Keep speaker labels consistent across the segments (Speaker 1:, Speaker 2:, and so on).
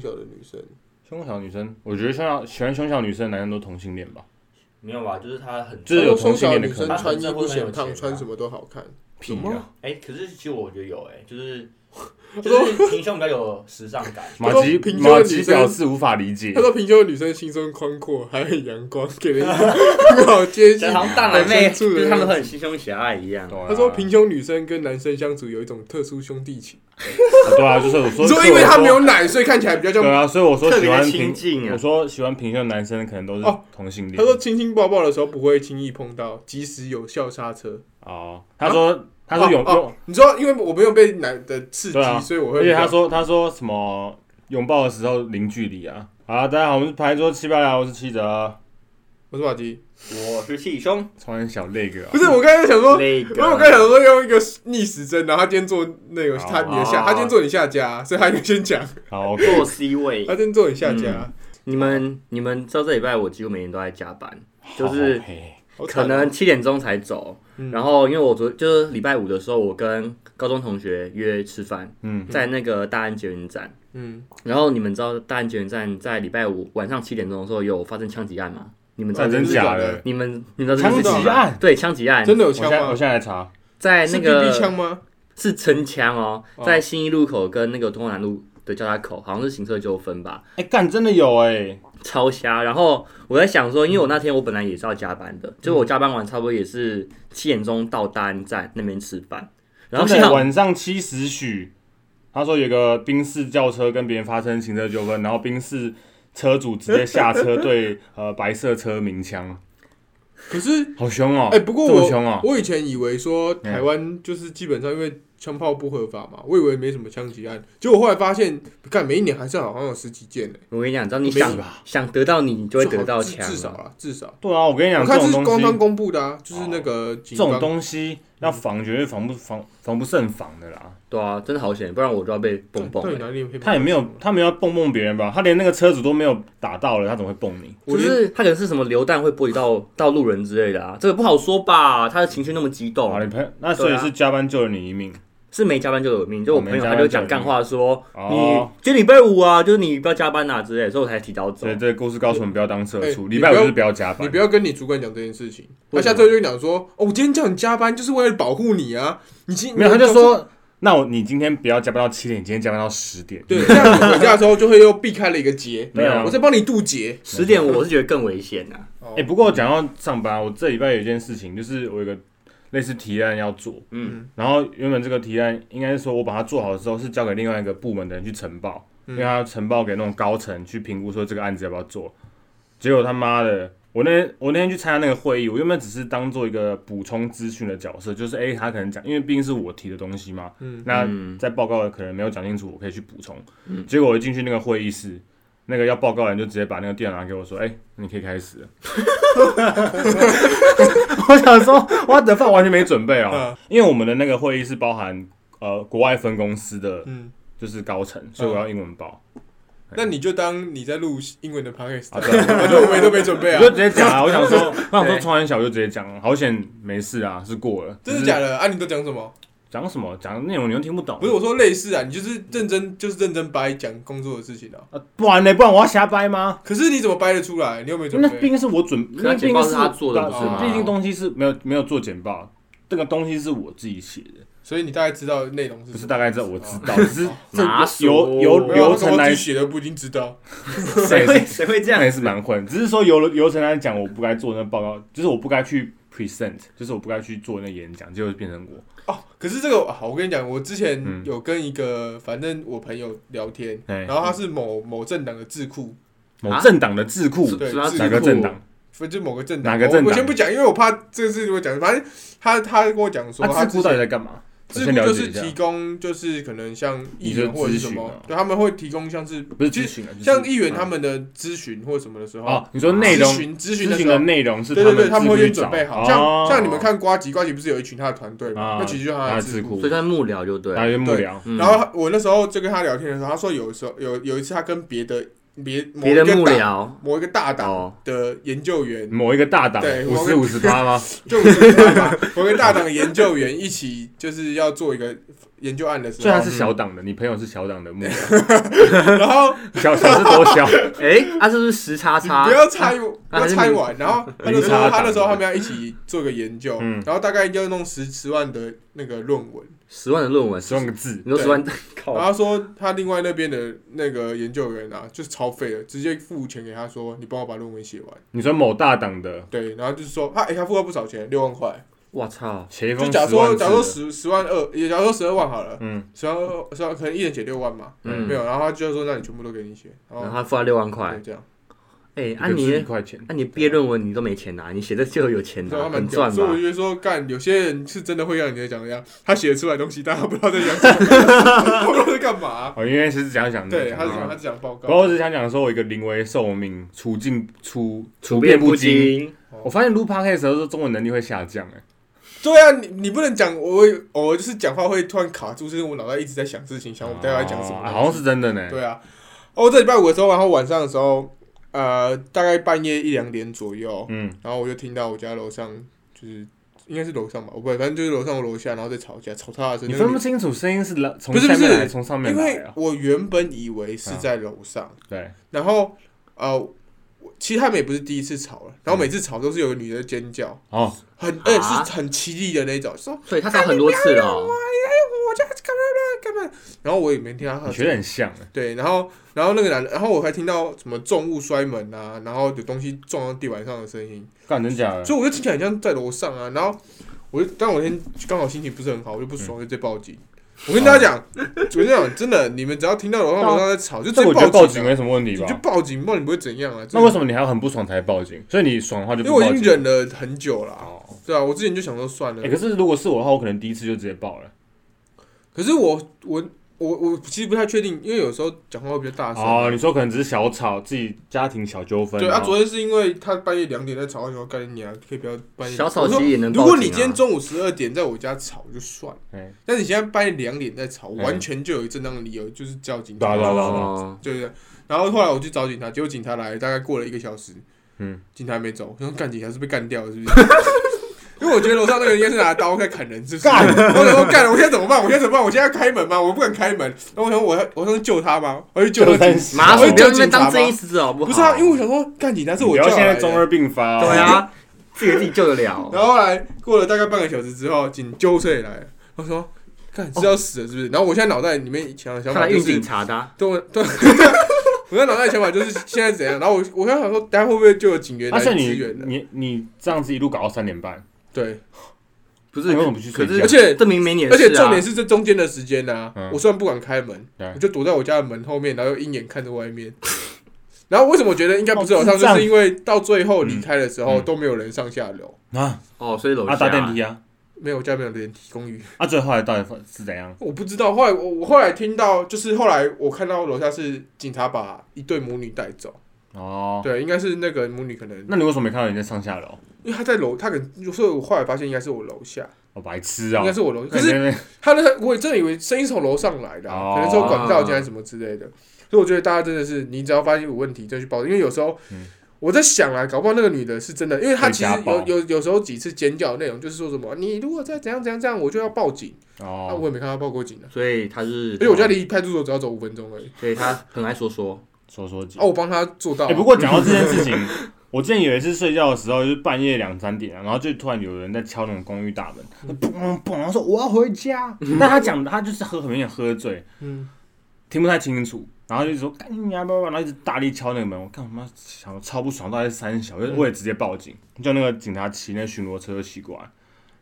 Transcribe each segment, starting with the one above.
Speaker 1: 小的女生，
Speaker 2: 胸小女生，我觉得胸小喜欢胸小女生的男生都同性恋吧？
Speaker 3: 没有吧？就是他很
Speaker 2: 就是有
Speaker 1: 胸
Speaker 2: 同性
Speaker 1: 小
Speaker 2: 恋的
Speaker 1: 女
Speaker 2: 可
Speaker 1: 生
Speaker 2: 能
Speaker 1: 穿衣不
Speaker 3: 他们在外
Speaker 1: 显
Speaker 3: 面有钱啊
Speaker 1: 胖，穿什么都好看。
Speaker 2: 屁
Speaker 1: 有
Speaker 2: 啊
Speaker 1: 吗！
Speaker 3: 哎、可是其实我觉得有哎、 就是就是平胸比较有时尚感。
Speaker 2: 马吉
Speaker 1: 他说平胸的
Speaker 2: 马
Speaker 1: 女
Speaker 2: 吉
Speaker 1: 生
Speaker 2: 表示无法理解
Speaker 1: 他，说平胸的女生心胸宽阔，还很阳光，给人一个 很好接近
Speaker 4: 小。唐大奶妹，
Speaker 1: 很深处
Speaker 4: 就
Speaker 1: 的
Speaker 4: 是他们很心胸狭隘一样。
Speaker 2: 他
Speaker 1: 他说平胸女生跟男生相处有一种特殊兄弟情。
Speaker 2: 对啊，就是我 说
Speaker 1: 你说因为她没有奶，所以看起来比较像
Speaker 2: 对。啊，所以我说
Speaker 4: 特别
Speaker 2: 喜欢
Speaker 4: 亲近
Speaker 2: 平，
Speaker 4: 啊
Speaker 2: 我说喜欢平胸的男生可能都是
Speaker 1: 哦
Speaker 2: 同性恋。
Speaker 1: 他说亲亲抱抱的时候不会轻易碰到，即使有效刹车。
Speaker 2: 哦，他说他说有
Speaker 1: 哦
Speaker 2: 用，
Speaker 1: 你知道，因为我没有被奶的刺激，
Speaker 2: 对啊
Speaker 1: 所以我会。
Speaker 2: 而且他，说他说什么拥抱的时候零距离啊。好，大家好，我们是牌桌七八聊，我是七哲，
Speaker 1: 我是马吉，
Speaker 4: 我是气 胸，
Speaker 2: 超人小那个啊
Speaker 1: 不是我刚才想说，
Speaker 4: 那
Speaker 1: 因
Speaker 4: 个，
Speaker 1: 为我刚才想说用一个逆时针，然后他今天做那个
Speaker 2: 哦嗯
Speaker 1: 他你的下，他今天做你下家，所以他应该先讲，
Speaker 2: 好，OK，
Speaker 4: 做 C 位
Speaker 1: 他。今天做你下家，
Speaker 2: 嗯
Speaker 4: 你们你们知道这礼拜我几乎每天都在加班，就是
Speaker 2: 好嘿
Speaker 1: 好惨
Speaker 4: 可
Speaker 1: 哦
Speaker 4: 能七点钟才走。
Speaker 1: 嗯
Speaker 4: 然后因为我昨就是礼拜五的时候，我跟高中同学约吃饭，
Speaker 2: 嗯，
Speaker 4: 在那个大安捷运站。
Speaker 1: 嗯，
Speaker 4: 然后你们知道大安捷运站在礼拜五晚上七点钟的时候有发生枪击案吗？你们知
Speaker 1: 啊
Speaker 4: 道
Speaker 2: 战
Speaker 4: 这
Speaker 2: 真
Speaker 4: 件事？
Speaker 2: 假的，
Speaker 4: 你们你们知道这件事
Speaker 1: 枪
Speaker 4: 情
Speaker 1: 击
Speaker 4: 吗
Speaker 2: 案？
Speaker 4: 对，枪击案，
Speaker 1: 真的有
Speaker 2: 我现
Speaker 1: 枪
Speaker 2: 在哎我
Speaker 1: 吗？
Speaker 2: 现在来查，
Speaker 4: 在
Speaker 1: 是
Speaker 4: 那
Speaker 1: BB
Speaker 4: 个
Speaker 1: 枪吗？
Speaker 4: 是真枪哦，
Speaker 1: 哦
Speaker 4: 在新一路口跟那个东华南路的交叉口，好像是行车纠纷吧，
Speaker 2: 哎，干真的有哎，
Speaker 4: 超瞎。然后我在想说，因为我那天我本来也是要加班
Speaker 1: 嗯
Speaker 4: 的，就我加班完差不多也是七点钟到大安站那边吃饭，然后
Speaker 2: 真
Speaker 4: 现
Speaker 2: 的
Speaker 4: 在
Speaker 2: 晚上七时许，他说有个宾士轿车跟别人发生行车纠纷，然后宾士车主直接下车对呃白色车鸣枪，
Speaker 1: 可是，
Speaker 2: 好凶哦！
Speaker 1: 哎，不过
Speaker 2: 这么
Speaker 1: 我
Speaker 2: 凶嗯哦，
Speaker 1: 我以前以为说台湾就是基本上因为枪炮不合法嘛，我以为没什么枪击案，结果后来发现，看每一年还是好像有十几件呢，
Speaker 4: 我跟你讲，只要你
Speaker 1: 没
Speaker 4: 想
Speaker 1: 事
Speaker 4: 想得到你就会
Speaker 1: 至
Speaker 4: 得到
Speaker 1: 至
Speaker 4: 枪啊，
Speaker 1: 至少啦，至少。
Speaker 2: 对啊，我跟你讲
Speaker 1: 我
Speaker 2: 这
Speaker 1: 看
Speaker 2: 种
Speaker 1: 是
Speaker 2: 东
Speaker 1: 官
Speaker 2: 西哦
Speaker 1: 方。公布的啊，就是那个
Speaker 2: 这
Speaker 1: 警
Speaker 2: 种
Speaker 1: 方
Speaker 2: 东西要防绝对防不防防不胜防的啦。
Speaker 4: 对啊，真的好险，不然我就要被蹦蹦
Speaker 1: 到底
Speaker 4: 了。
Speaker 1: 哪里黑？
Speaker 2: 欸他也没有，，他没有要蹦蹦别人吧？他连那个车主都没有打到了，他怎么会蹦你？
Speaker 1: 我
Speaker 4: 就
Speaker 1: 觉得
Speaker 4: 是他可能是什么流弹会波及到到路人之类的啊，这个不好说吧。他的情绪那么激动
Speaker 2: 啊，，你朋友那所以是加班救了你一命。
Speaker 4: 是没加班就有命。就我朋友他就讲干话说，
Speaker 2: 哦
Speaker 4: 你今天礼拜五啊，就是你不要加班啊之类的，所以我才提早走
Speaker 2: 所以。这个故事告诉我们不要当社畜，
Speaker 1: 哎
Speaker 2: 礼拜五就是不要加班。
Speaker 1: 你不要跟你主管讲这件事情，他
Speaker 4: 为什
Speaker 1: 下
Speaker 4: 么
Speaker 1: 次就会讲说，哦，我今天叫你加班就是为了保护你啊，你今
Speaker 2: 没有，他
Speaker 1: 你
Speaker 2: 就说，那我你今天不要加班到七点，你今天加班到十点。
Speaker 1: 对，这样你回家的时候就会又避开了一个结，
Speaker 2: 没有
Speaker 1: 我在帮你渡劫。
Speaker 4: 十点我是觉得更危险啊。
Speaker 1: 哦
Speaker 2: 哎、不过讲到上班，啊我这礼拜有一件事情，就是我有个类似提案要做，
Speaker 4: 嗯，
Speaker 2: 然后原本这个提案应该是说我把它做好的时候是交给另外一个部门的人去呈报，因为他要呈报给那种高层去评估说这个案子要不要做，结果他妈的。我那天我那天去参加那个会议，我原本只是当做一个补充资讯的角色，就是哎、他可能讲，因为毕竟是我提的东西嘛，
Speaker 1: 嗯
Speaker 2: 那
Speaker 4: 嗯
Speaker 2: 在报告的可能没有讲清楚，我可以去补充。
Speaker 4: 嗯
Speaker 2: 结果我一进去那个会议室，那个要报告的人就直接把那个电脑拿给我说：“哎、你可以开始了。” 我想说，我的饭完全没准备哦、
Speaker 1: 嗯
Speaker 2: 因为我们的那个会议是包含呃国外分公司的，
Speaker 1: 嗯，
Speaker 2: 就是高层，所以我要英文报。
Speaker 1: 那你就当你在录英文的 podcast，
Speaker 2: 啊对啊
Speaker 1: 我就我也都没准备
Speaker 2: 我
Speaker 1: 啊
Speaker 2: 就，直接讲 啊！我想说，我想说
Speaker 4: 对
Speaker 2: 创很小就直接讲，好险没事啊，是过了。
Speaker 1: 真的假
Speaker 2: 的？
Speaker 1: 的啊？你都讲什么？
Speaker 2: 讲什么？讲内容你又听不懂。
Speaker 1: 不是我说类似啊，你就是认真，就是认真掰讲工作的事情啊。
Speaker 2: 啊，不然呢？不然我要瞎掰吗？
Speaker 1: 可是你怎么掰得出来？你又没准
Speaker 2: 那毕
Speaker 1: 备。
Speaker 2: 竟是我准，
Speaker 4: 可
Speaker 2: 那
Speaker 4: 是
Speaker 2: 毕
Speaker 4: 简
Speaker 2: 竟
Speaker 4: 报是他做的啊不
Speaker 1: 是吗
Speaker 2: 毕竟东西是没有没有做简报，这个东西是我自己写的，
Speaker 1: 所以你大概知道内容是什么？
Speaker 2: 不是大概知道我知
Speaker 1: 哦
Speaker 2: 道，只是
Speaker 4: 麻
Speaker 2: 这
Speaker 4: 薯
Speaker 2: 由由
Speaker 4: 没
Speaker 1: 没有啊
Speaker 2: 流
Speaker 1: 我怎
Speaker 2: 程
Speaker 1: 么
Speaker 2: 来
Speaker 1: 自己写的不一定知道。
Speaker 2: 谁
Speaker 4: 谁会谁会这
Speaker 2: 这样
Speaker 4: 样？
Speaker 2: 也是蛮混，只是说由流程来讲，我不该做那报告，就是我不该去 present，就是我不该去做那演讲，结果就变成我，
Speaker 1: 哦，可是这个好，我跟你讲，我之前
Speaker 2: 嗯
Speaker 1: 有跟一个，反正我朋友聊天，
Speaker 2: 哎
Speaker 1: 然后他是某某政党的智库，
Speaker 2: 某政党的智库，
Speaker 1: 对
Speaker 4: 是他
Speaker 1: 智
Speaker 2: 哪个
Speaker 1: 库
Speaker 2: 政党？
Speaker 1: 反正某个政党，
Speaker 2: 哪个
Speaker 1: 我
Speaker 2: 政
Speaker 1: 我
Speaker 2: 党
Speaker 1: 先不讲，因为我怕这个事情我讲，反正他他跟我讲说，
Speaker 2: 那
Speaker 1: 他
Speaker 2: 智库
Speaker 1: 之
Speaker 2: 啊到底
Speaker 1: 前
Speaker 2: 在干嘛？我
Speaker 1: 智
Speaker 2: 先
Speaker 1: 库
Speaker 2: 了
Speaker 1: 就
Speaker 2: 解
Speaker 1: 是
Speaker 2: 一下
Speaker 1: 提，供，就是可能像议
Speaker 2: 你说
Speaker 1: 员或者是
Speaker 2: 咨
Speaker 1: 什
Speaker 2: 询
Speaker 1: 么
Speaker 2: 啊，
Speaker 1: 对，他们会提供像是
Speaker 2: 不是
Speaker 1: 就
Speaker 2: 咨
Speaker 1: 是
Speaker 2: 询啊，就是
Speaker 1: 像议员他们的咨询或什么的时候，
Speaker 2: 哦，你说内容
Speaker 1: 咨。询咨询
Speaker 2: 咨
Speaker 1: 的
Speaker 2: 询
Speaker 1: 时
Speaker 2: 的
Speaker 1: 候。
Speaker 2: 内容是
Speaker 1: 对对对，他
Speaker 2: 他
Speaker 1: 们会
Speaker 2: 自
Speaker 1: 先
Speaker 2: 己去
Speaker 1: 准备
Speaker 2: 找
Speaker 1: 好，像
Speaker 2: 哦
Speaker 1: 像你们看瓜吉，瓜吉不是有一群他的团队嘛
Speaker 2: 啊？
Speaker 1: 那其实就是他的
Speaker 2: 他的
Speaker 1: 智
Speaker 2: 智
Speaker 1: 库
Speaker 2: 库。
Speaker 4: 所以算幕僚就对
Speaker 2: 然后
Speaker 4: 了。
Speaker 2: 就幕
Speaker 1: 对
Speaker 2: 僚，
Speaker 4: 嗯
Speaker 1: 然后他我那时候就跟他聊天的时候，他说有时候有有一次他跟别的别
Speaker 4: 别的幕
Speaker 1: 幕僚
Speaker 4: 僚
Speaker 1: 某一个大
Speaker 4: 哦
Speaker 1: 党的研究员，
Speaker 2: 某一个大党
Speaker 1: 对
Speaker 2: 五
Speaker 1: 我
Speaker 2: 十
Speaker 1: 们
Speaker 2: 五十 八吗？
Speaker 1: 就我知道嘛某一个大党的研究员一起就是要做一个研究案的时
Speaker 2: 虽然
Speaker 1: 候，
Speaker 2: 是小党的，你朋友是小党的幕僚，
Speaker 1: 然后
Speaker 2: 小小是多小？
Speaker 4: 哎，他是不是十叉
Speaker 1: 你
Speaker 4: 叉？
Speaker 1: 不要猜，不
Speaker 4: 啊
Speaker 1: 要猜完。然后他就
Speaker 2: 零
Speaker 1: 说
Speaker 2: 差档
Speaker 1: 他那时候他们要一起做个研究
Speaker 2: 嗯，
Speaker 1: 然后大概要弄十十万的那个论文。
Speaker 4: 十万的论文，
Speaker 2: 十万个字，
Speaker 4: 你说十万， 靠
Speaker 1: 然，后他说他另外那边的那个研究员啊，就是超废了，直接付钱给他说你帮我把论文写完。
Speaker 2: 你说某大党的
Speaker 1: 对，然后就是说他哎、他付了不少钱，六万块。
Speaker 4: 我操，
Speaker 2: 前锋
Speaker 1: 就假如
Speaker 2: 十
Speaker 1: 说
Speaker 2: 万
Speaker 1: 假如说
Speaker 2: 字的，
Speaker 1: 十十万二，也假如说十二万好了，
Speaker 2: 嗯，
Speaker 1: 十万二十万可能一人写六万嘛，
Speaker 4: 嗯
Speaker 1: 没有。然后他就说那你全部都给你写，然后
Speaker 4: 然后他付他六万块
Speaker 1: 对，这样。
Speaker 4: 哎，
Speaker 2: 一
Speaker 4: 啊
Speaker 2: 个字一
Speaker 4: 你，
Speaker 2: 块钱，
Speaker 4: 啊你毕业论文你都没钱拿，你写这就有钱
Speaker 1: 对，
Speaker 4: 拿，
Speaker 1: 他
Speaker 4: 很
Speaker 1: 们
Speaker 4: 赚
Speaker 1: 所以
Speaker 4: 吧
Speaker 1: 我？就觉得说，干有些人是真的会像你在讲一样，他写得出来的东西，但他不知道在讲什么， 他不知道在干嘛。
Speaker 2: 哦，因为是讲讲的，
Speaker 1: 对，他是
Speaker 2: 讲
Speaker 1: 讲
Speaker 2: 的
Speaker 1: 他是讲报
Speaker 2: 然后
Speaker 1: 告。
Speaker 2: 我只想讲说，我一个临危受命、处境处处
Speaker 4: 不
Speaker 2: 变
Speaker 4: 变
Speaker 2: 不
Speaker 4: 不
Speaker 2: 惊。
Speaker 4: 惊，
Speaker 2: 我发现录 podcast 的时候，中文能力会下降、哎，
Speaker 1: 对啊，你你不能讲我会，我就是讲话会突然卡住，就是我脑袋一直在想事情，想我们待会要讲什么
Speaker 2: 哦
Speaker 1: 东西。
Speaker 2: 好像是真的呢、
Speaker 1: 对啊，哦，这礼拜五的时候，然后晚上的时候，呃，大概半夜一两点左右，
Speaker 2: 嗯，
Speaker 1: 然后我就听到我家楼上就是应该是楼上吧，我哦不反正就是楼上楼下，然后在吵架，吵他的声
Speaker 2: 你
Speaker 1: 音。
Speaker 2: 分不清楚声音是来从
Speaker 1: 不是
Speaker 2: 下
Speaker 1: 不
Speaker 2: 面
Speaker 1: 是
Speaker 2: 来，从上面
Speaker 1: 因
Speaker 2: 来
Speaker 1: 为
Speaker 2: 啊？
Speaker 1: 我原本以为是在楼上，
Speaker 2: 对，
Speaker 1: 然后呃，我其实他们也不是第一次吵了，然后每次吵都是有个女的尖叫，
Speaker 2: 哦，
Speaker 1: 很而且
Speaker 4: 啊
Speaker 1: 是很凄厉的那种，说哎
Speaker 4: 所以他找很多次了哦。
Speaker 1: 我家干嘛干嘛干嘛，然后我也没听到她
Speaker 2: 你
Speaker 1: 的
Speaker 2: 学
Speaker 1: 声音。
Speaker 2: 的很像、哎
Speaker 1: 对，然后然后那个男的，然后我还听到什么重物摔门啊，然后有东西撞到地板上的声音，
Speaker 2: 干真假的？
Speaker 1: 所以我就听起来很像在楼上啊，然后我就但我那天刚好心情不是很好，我就不
Speaker 2: 嗯
Speaker 1: 爽，就直接报警。我跟大家
Speaker 2: 哦
Speaker 1: 讲，我跟你讲，真的，你们只要听到楼上楼上在吵，就直
Speaker 2: 这
Speaker 1: 接
Speaker 2: 我觉得报
Speaker 1: 警
Speaker 2: 警
Speaker 1: 啊
Speaker 2: 没什么问题
Speaker 1: 你
Speaker 2: 吧
Speaker 1: 就？报警，报警不会怎样啊。
Speaker 2: 那为
Speaker 1: 么？
Speaker 2: 什么你还要很不爽才报警？所以你爽的话就
Speaker 1: 因
Speaker 2: 不
Speaker 1: 为我
Speaker 2: 报
Speaker 1: 已
Speaker 2: 警
Speaker 1: 经忍了很久了啊、
Speaker 2: 哦，
Speaker 1: 对啊，我之前就想说算了。
Speaker 2: 哎、可是如果是我的话，我可能第一次就直接报了。
Speaker 1: 可是我我我我其实不太确定，因为有时候讲话会比较大声。
Speaker 2: 哦，你说可能只是小吵，自己家庭小纠纷。
Speaker 1: 啊
Speaker 2: 哦
Speaker 1: 对啊，
Speaker 2: 然后
Speaker 1: 昨天是因为他半夜两点在吵，我想说干你啊，可以不要半夜。
Speaker 4: 小草
Speaker 1: 我说
Speaker 4: 鸡也能
Speaker 1: 如
Speaker 4: 报警啊
Speaker 1: 果你今天中午十二点在我家吵就算了，
Speaker 2: 哎
Speaker 1: 但是你现在半夜两点在吵，
Speaker 2: 嗯
Speaker 1: 完全就有一正当的理由，就是叫警
Speaker 2: 对
Speaker 1: 察
Speaker 2: 啊。对啊对啊
Speaker 4: 哦
Speaker 1: 对不对？然后后来我去找警察，结果警察来，大概过了一个小时，
Speaker 2: 嗯，
Speaker 1: 警察还没走，我想说干警察是被干掉了是不 是？因为我觉得楼上那个人应该是拿刀在砍人，是不是？我想说干，我现在怎么办？我现在怎么办？我现在要开门吗？我不敢开 门。然后我想说我要我要去救他吗？我要去救那个警察
Speaker 4: 麻
Speaker 1: 我要
Speaker 4: 烦
Speaker 1: 去
Speaker 4: 不要
Speaker 1: 救
Speaker 4: 在那
Speaker 1: 警
Speaker 4: 边
Speaker 1: 察
Speaker 4: 当
Speaker 1: 吗？
Speaker 4: 真一死哦，不
Speaker 1: 不
Speaker 4: 好
Speaker 1: 是啊，因为我想说干警察是
Speaker 2: 你
Speaker 1: 我
Speaker 2: 不
Speaker 1: 叫
Speaker 2: 要现
Speaker 1: 来
Speaker 2: 在
Speaker 1: 的
Speaker 2: 中二病发、
Speaker 4: 对，啊，自己自己救得了。
Speaker 1: 然后后来过了大概半个小时之后，警救护车也来了。我说干是
Speaker 2: 哦
Speaker 1: 要死了是不是？然后我现在脑袋里面想的想
Speaker 4: 看来
Speaker 1: 法就
Speaker 4: 运
Speaker 1: 是
Speaker 4: 警察的啊，
Speaker 1: 对我对， 我在脑袋的想法就是现在怎样，然后我我刚想说，大家会不会就有警员来
Speaker 2: 而且
Speaker 1: 支
Speaker 2: 啊你
Speaker 1: 援了？
Speaker 2: 你你这样子一路搞到三点半，
Speaker 1: 对，
Speaker 4: 不
Speaker 2: 那
Speaker 4: 是
Speaker 2: 你为什么不去睡
Speaker 4: 可
Speaker 2: 觉
Speaker 4: 是
Speaker 1: 而且
Speaker 4: 证明没你的
Speaker 1: 而
Speaker 4: 事
Speaker 1: 且重
Speaker 4: 啊
Speaker 1: 点。是这中间的时间呢
Speaker 2: 嗯，
Speaker 1: 我虽然不敢开门，
Speaker 2: 对
Speaker 1: 我就躲在我家的门后面，然后又鹰眼看着外面。 然后为什么我觉得应该不是楼
Speaker 2: 好
Speaker 1: 上，
Speaker 2: 智
Speaker 1: 就
Speaker 2: 障
Speaker 1: 是因为到最后离开的时候
Speaker 2: 哦嗯
Speaker 1: 都没有人上下楼，
Speaker 2: 啊
Speaker 4: 哦，所以楼
Speaker 2: 啊
Speaker 4: 下
Speaker 2: 搭电梯啊
Speaker 1: 没有我家没有人提公寓，
Speaker 2: 啊！最后来到底是怎样？
Speaker 1: 我不知道。后来我我后来听到，就是后来我看到楼下是警察把一对母女带走，
Speaker 2: 哦，
Speaker 1: 对，应该是那个母女可能
Speaker 2: 那你为什么没看到人在上下楼？
Speaker 1: 因为她在楼，她可能，所以我后来发现应该是我楼下。
Speaker 2: 哦，白痴啊
Speaker 1: 应！该是我楼，可
Speaker 2: 那你
Speaker 1: 是
Speaker 2: 那边
Speaker 1: 他的我也真的以为声音是从楼上来的啊、
Speaker 2: 哦
Speaker 1: 可能是有管道进来什么之类的，所以我觉得大家真的是，你只要发现有问题就去报，因为有时候
Speaker 2: 嗯
Speaker 1: 我在想啊，搞不好那个女的是真的，因为她
Speaker 2: 被
Speaker 1: 其实
Speaker 2: 家暴
Speaker 1: 有有有时候几次尖叫的内容就是说什么，你如果再怎样怎样怎样，我就要报警，那、
Speaker 2: 哦，
Speaker 1: 我也没看她报过警啊，
Speaker 4: 所以他是，哦
Speaker 1: 而且我家离派出所只要走五分钟而已，
Speaker 4: 所以他很爱说说，
Speaker 2: 说说几
Speaker 1: 哦，。我帮她做到啊、
Speaker 2: 哎，不过讲到这件事情， 我之前有一次睡觉的时候，就是半夜两三点啊，然后就突然有人在敲那种公寓大门，砰砰砰，然后说我要回家。 但他讲的他就是喝很明显喝醉，
Speaker 1: 嗯，
Speaker 2: 听不太清楚，然后就一直说干你娘叭叭叭，然后一直大力敲那个门，我看我妈想超不爽，到底是三小，就我也直接报警，叫那个警察骑那巡逻车就骑过来，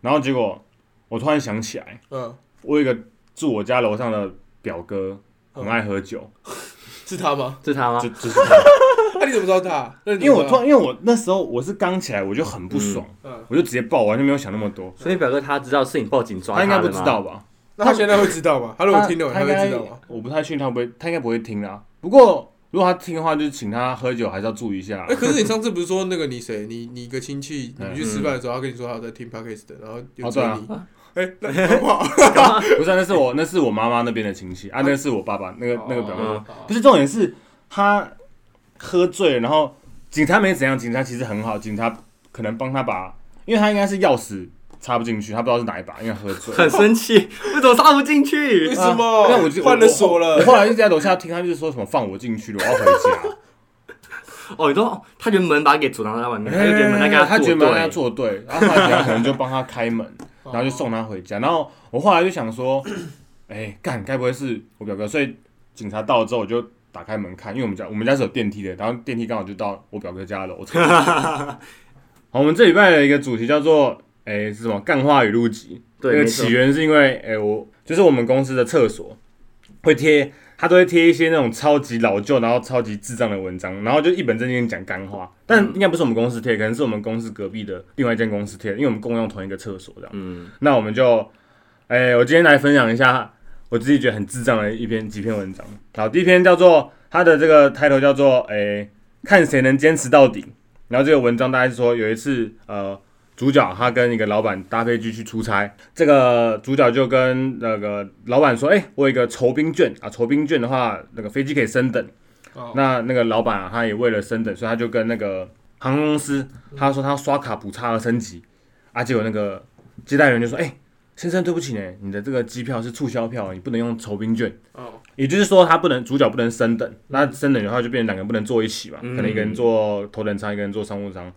Speaker 2: 然后结果我突然想起来，
Speaker 1: 嗯，
Speaker 2: 我有一个住我家楼上的表哥很爱喝酒，
Speaker 1: 是她吗？
Speaker 4: 是他吗
Speaker 2: 就？就是他
Speaker 1: 那、你怎么知道她？那你
Speaker 2: 因为我
Speaker 1: 怎
Speaker 2: 突
Speaker 1: 么
Speaker 2: 然因为我那时候我是刚起来，我就很不爽，
Speaker 1: 知道嗯，
Speaker 2: 我就直接报，我完全没有想那么多，
Speaker 4: 所以表哥他知道是你报警抓
Speaker 2: 他应该
Speaker 4: 的
Speaker 2: 不
Speaker 4: 吗？
Speaker 2: 知道吧？
Speaker 1: 那她现在会知道吗？她如果听懂，她
Speaker 2: 应
Speaker 1: 会
Speaker 2: 该
Speaker 1: 知道吗？
Speaker 2: 我不太确定他会不会，他应该不会听啊。不过如果他听的话，就请他喝酒还是要注意一下啊
Speaker 1: 哎、。可是你上次不是说那个你谁，你你一个亲戚，你们去吃饭的时候，他跟你说他有在听 podcast 的，然后有追你，
Speaker 2: 哦
Speaker 1: 哎、那好 不好？
Speaker 2: 不是啊、那是我，啊
Speaker 4: 哦
Speaker 1: 哦
Speaker 2: 那是我妈妈那边的亲戚啊，那是我爸爸那个那个表哥。
Speaker 4: 嗯
Speaker 2: 不是重点是他喝醉了，然后警察没怎样，警察其实很好，警察可能帮他把，因为他应该是钥匙插不进去，他不知道是哪一把，因为他喝醉。
Speaker 4: 很生气，为什么杀不进
Speaker 1: 为
Speaker 4: 去？
Speaker 1: 什么？
Speaker 2: 啊那我就
Speaker 1: 哦换了锁
Speaker 2: 我
Speaker 1: 了，
Speaker 2: 后来一直在楼下听，他就是说什么放我进去了，我要回 家。
Speaker 4: 哦，你说他觉得门把他给阻挡在外面，他就觉得门在跟
Speaker 2: 哎他
Speaker 4: 作
Speaker 2: 觉得
Speaker 4: 对，
Speaker 2: 门跟他作对，然后后来警察可能就帮他开门，然后就送他回家。然后我后来就想说， 哎，干，该不会是我表哥？所以警察到了之后，我就打开门看，因为我们家我们家是有电梯的，然后电梯刚好就到我表哥家楼层。 好，我们这礼拜的一个主题叫做，哎，是什么？干话语录集。
Speaker 4: 对，
Speaker 2: 那
Speaker 4: 没
Speaker 2: 个
Speaker 4: 错
Speaker 2: 起，源是因为，哎、我就是我们公司的厕所会贴，他都会贴一些那种超级老旧，然后超级智障的文章，然后就一本正经地讲干话。
Speaker 4: 嗯
Speaker 2: 但应该不是我们公司贴，可能是我们公司隔壁的另外一间公司贴，因为我们共用同一个厕所这样。
Speaker 4: 嗯，
Speaker 2: 那我们就，哎、我今天来分享一下我自己觉得很智障的一篇几篇文章。好，第一篇叫做它的这个 title 叫做哎、看谁能坚持到底。然后这个文章大概是说有一次呃。主角他跟一个老板搭飞机去出差，这个主角就跟那个老板说：“哎、我有一个酬宾券啊，酬宾券的话，那个飞机可以升等。
Speaker 1: 哦
Speaker 2: 那那个老板、啊、他也为了升等，所以他就跟那个航空公司他说他刷卡补差额升级，啊，结果那个接待员就说：“哎、先生，对不起呢，你的这个机票是促销票，你不能用酬宾券。
Speaker 1: 哦，
Speaker 2: 也就是说，他不能主角不能升等，那升等的话就变成两个人不能坐一起嘛，可能一个人坐头等舱，一个人坐商务舱。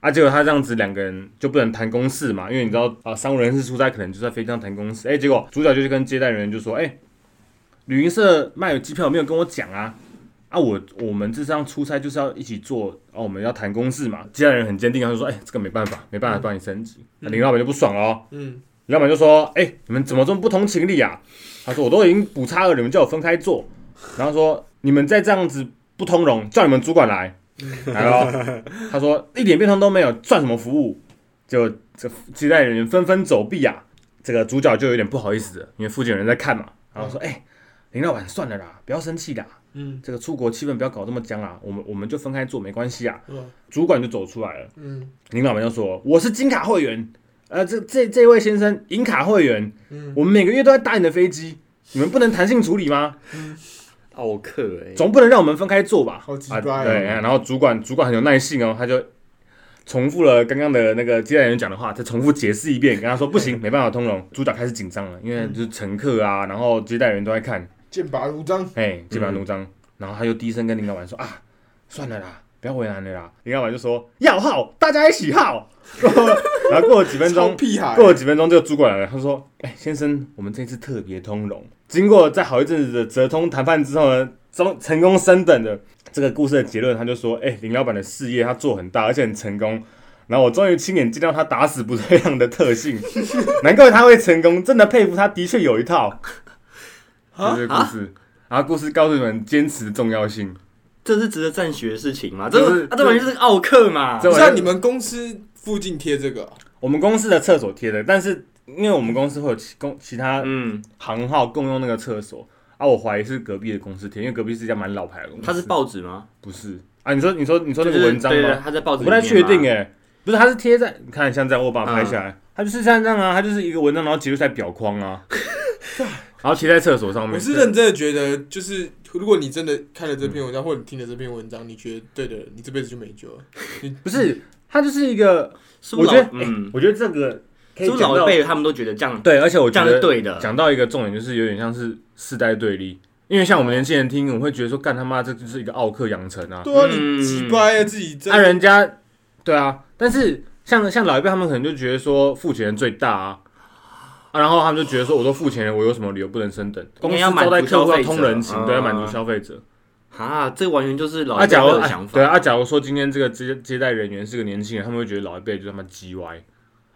Speaker 2: 啊，结果他这样子两个人就不能谈公事嘛，因为你知道啊，商务人士出差可能就在飞机上谈公事。哎、结果主角就去跟接待人员就说：“哎、旅行社卖有机票没有跟我讲啊？啊我，我们这趟出差就是要一起做，哦、我们要谈公事嘛。”接待人很坚定，他就说：“哎、这个没办法，没办法帮你升级。那林老板就不爽了、哦。
Speaker 1: 嗯，
Speaker 2: 老板就说：“哎、你们怎么这么不同情理啊？”他说：“我都已经补差额，你们叫我分开坐。”然后说：“你们再这样子不通融，叫你们主管来。”来了，他说：“一点变通都没有，算什么服务？”就这接待人员纷纷走避啊。这个主角就有点不好意思了，因为附近有人在看嘛。然后说：“哎、林老板，算了啦，不要生气啦。
Speaker 1: 嗯，
Speaker 2: 这个出国气氛不要搞这么僵啦，我们我们就分开坐没关系啊。
Speaker 1: 嗯”
Speaker 2: 主管就走出来了。
Speaker 1: 嗯
Speaker 2: 林老板就说：“我是金卡会员，呃，这这这位先生，银卡会员，
Speaker 1: 嗯
Speaker 2: 我们每个月都在搭你的飞机，你们不能弹性处理吗？哦
Speaker 4: 奥克哎，
Speaker 2: 总不能让我们分开坐吧？”
Speaker 1: 好鸡
Speaker 2: 啊，
Speaker 1: 巴哦
Speaker 2: 对，然后主管主管很有耐性哦，他就重复了刚刚的那个接待员讲的话，再重复解释一遍，跟他说：“不行，没办法通融。”主角开始紧张了，因为就是乘客啊，
Speaker 1: 嗯
Speaker 2: 然后接待员都在看，
Speaker 1: 剑拔弩张，
Speaker 2: 哎，剑拔弩张。然后他就低声跟林老板说：“啊，算了啦，不要为难了啦。”林老板就说：“要号，大家一起号。”然后过了几分
Speaker 1: 超
Speaker 2: 钟，
Speaker 1: 屁孩，
Speaker 2: 过了几分钟，这个主管来了，他说：“哎、先生，我们这次特别通融。”经过在好一阵子的折通谈判之后呢，中成功升等的这个故事的结论，他就说：“哎、林老板的事业他做很大，而且很成功。”然后我终于亲眼见到他打死不退让的特性， 难怪他会成功，真的佩服他，的确有一套。
Speaker 1: 啊
Speaker 2: 这是故事，然后故事告诉你们坚持的重要性。
Speaker 4: 这是值得赞许的事情吗？这
Speaker 2: 就是
Speaker 4: 啊，这完全就是奥克嘛
Speaker 2: 这，
Speaker 1: 不是啊你们公司附近贴这个，
Speaker 2: 我们公司的厕所贴的，但是因为我们公司会有其公其他
Speaker 4: 嗯，
Speaker 2: 行号共用那个厕所啊，我怀疑是隔壁的公司贴，因为隔壁是一家蛮老牌的公司。
Speaker 4: 他是报纸吗？
Speaker 2: 不是啊？你说你说你说那
Speaker 4: 就
Speaker 2: 个
Speaker 4: 是
Speaker 2: 文章
Speaker 4: 对对，
Speaker 2: 吗？
Speaker 4: 他在报
Speaker 2: 我
Speaker 4: 纸，
Speaker 2: 不太确定
Speaker 4: 哎，
Speaker 2: 哎、不是，他是贴在你看像这样，我把它拍下来，
Speaker 4: 嗯
Speaker 2: 它就是像这样啊，它就是一个文章，然后记录在表框 啊，然后贴在厕所上面。
Speaker 1: 我是认真的觉得，就是如果你真的看了这
Speaker 2: 嗯
Speaker 1: 篇文章，或者你听了这篇文章，你觉得对的，你这辈子就没救了。
Speaker 2: 不是？它就是一个，
Speaker 4: 是不
Speaker 2: 我
Speaker 4: 是
Speaker 2: 觉得
Speaker 4: 老，嗯，
Speaker 2: 我觉得这个可以
Speaker 4: 是不
Speaker 2: 讲
Speaker 4: 是老
Speaker 2: 到
Speaker 4: 一辈他们都觉得这样
Speaker 2: 对，而且我
Speaker 4: 这
Speaker 2: 觉
Speaker 4: 样是
Speaker 2: 得
Speaker 4: 对的？
Speaker 2: 讲到一个重点，就是有点像是世代对立，因为像我们年轻人听，我们会觉得说，干他妈这就是一个奥克养成啊，
Speaker 1: 对啊，
Speaker 4: 嗯
Speaker 1: 你鸡掰啊，自己真
Speaker 2: 那、
Speaker 1: 的
Speaker 2: 人家对啊，但是像像老一辈他们可能就觉得说付钱人最大啊，啊，然后他们就觉得说我都付钱了，我有什么理由不能升等？
Speaker 4: 应
Speaker 2: 公
Speaker 4: 该
Speaker 2: 司
Speaker 4: 要
Speaker 2: 招待
Speaker 4: 满足
Speaker 2: 客
Speaker 4: 消
Speaker 2: 户
Speaker 4: 费
Speaker 2: 要
Speaker 4: 者
Speaker 2: 通人情，
Speaker 4: 啊
Speaker 2: 对，要满足消费者。
Speaker 4: 啊，这完全就是老
Speaker 2: 啊，
Speaker 4: 一辈
Speaker 2: 假如
Speaker 4: 的
Speaker 2: 哎
Speaker 4: 想法，
Speaker 2: 对啊，假如说今天这个接接待人员是个年轻人，他们会觉得老一辈就他妈鸡歪，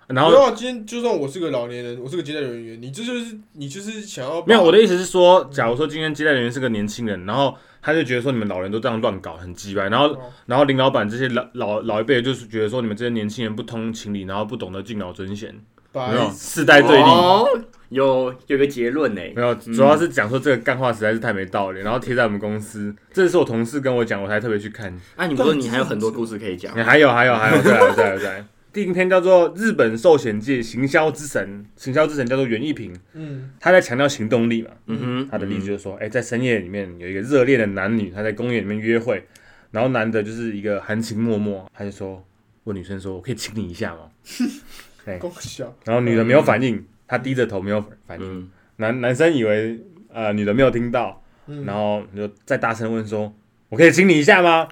Speaker 2: 然
Speaker 1: 没
Speaker 2: 后。
Speaker 1: 有啊，今天就算我是个老年人，我是个接待人员，你这就是你就是想要把
Speaker 2: 没有，我的意思是说，假如说今天接待人员是个年轻人，然后他就觉得说你们老人都这样乱搞，很鸡掰，然后
Speaker 1: 哦
Speaker 2: 然后林老板这些老老老一辈就是觉得说你们这些年轻人不通情理，然后不懂得敬老尊贤，
Speaker 1: 白
Speaker 2: 没有
Speaker 1: 痴
Speaker 2: 世啊代对立，嗯
Speaker 4: 哦，有有个结论欸呢，
Speaker 2: 没有，主要是讲说这个干话实在是太没道理，然后贴在我们公司，这是我同事跟我讲，我才特别去看。
Speaker 4: 啊，你不说你还有很多故事可以讲，
Speaker 2: 还有还有还有，啊再来再来 再来。第一篇叫做《日本寿险界行销之神》，行销之神叫做袁一平，
Speaker 1: 嗯，
Speaker 2: 他在强调行动力嘛。
Speaker 4: 嗯哼，
Speaker 2: 他的例子就是说，哎、在深夜里面有一个热恋的男女，他在公园里面约会，然后男的就是一个含情脉脉，他就说问女生说：“我可以亲你一下吗
Speaker 1: 够小，？”
Speaker 2: 然后女的没有反应，她低着头没有反应。
Speaker 4: 嗯，
Speaker 2: 男男生以为呃女的没有听到，
Speaker 1: 嗯
Speaker 2: 然后你就再大声问说：“我可以亲你一下吗？”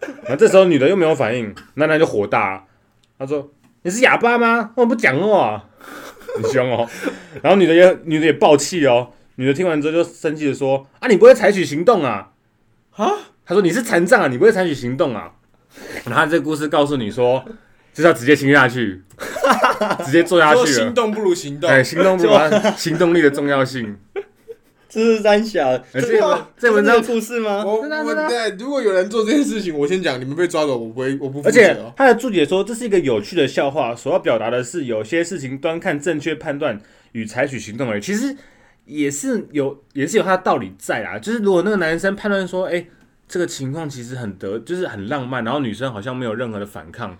Speaker 2: 然后这时候女的又没有反应，那男就火大了，他说：“你是哑巴吗？为什么不讲话、 啊？很凶哦。”然后女的也女的也爆气哦，女的听完之后就生气的说：“啊，你不会采取行动啊？
Speaker 1: 啊？
Speaker 2: 她说你是残障啊，你不会采取行动啊？” 然后她这故事告诉你说，就是要直接亲 下去，直接做下
Speaker 1: 说
Speaker 2: 去了
Speaker 1: 心。动不如行动，
Speaker 2: 哎，行动不 完，行动力的重要性。
Speaker 5: 这是三小，
Speaker 2: 哎
Speaker 5: 这
Speaker 2: 这个这
Speaker 5: 这
Speaker 2: 文
Speaker 5: 文
Speaker 2: 章
Speaker 5: 章故事吗？
Speaker 1: 我
Speaker 2: 真的啊
Speaker 1: 我
Speaker 2: 真
Speaker 1: 对，如果有人做这件事情，我先讲，你们被抓走，我不会，我不负
Speaker 2: 而
Speaker 1: 责
Speaker 2: 且
Speaker 1: 哦。
Speaker 2: 他的注解说，这是一个有趣的笑话，所要表达的是有些事情端看正确判断与采取行动而已。其实也是有，也是有他的道理在啦。就是如果那个男生判断说，哎、这个情况其实很得，就是很浪漫，然后女生好像没有任何的反抗，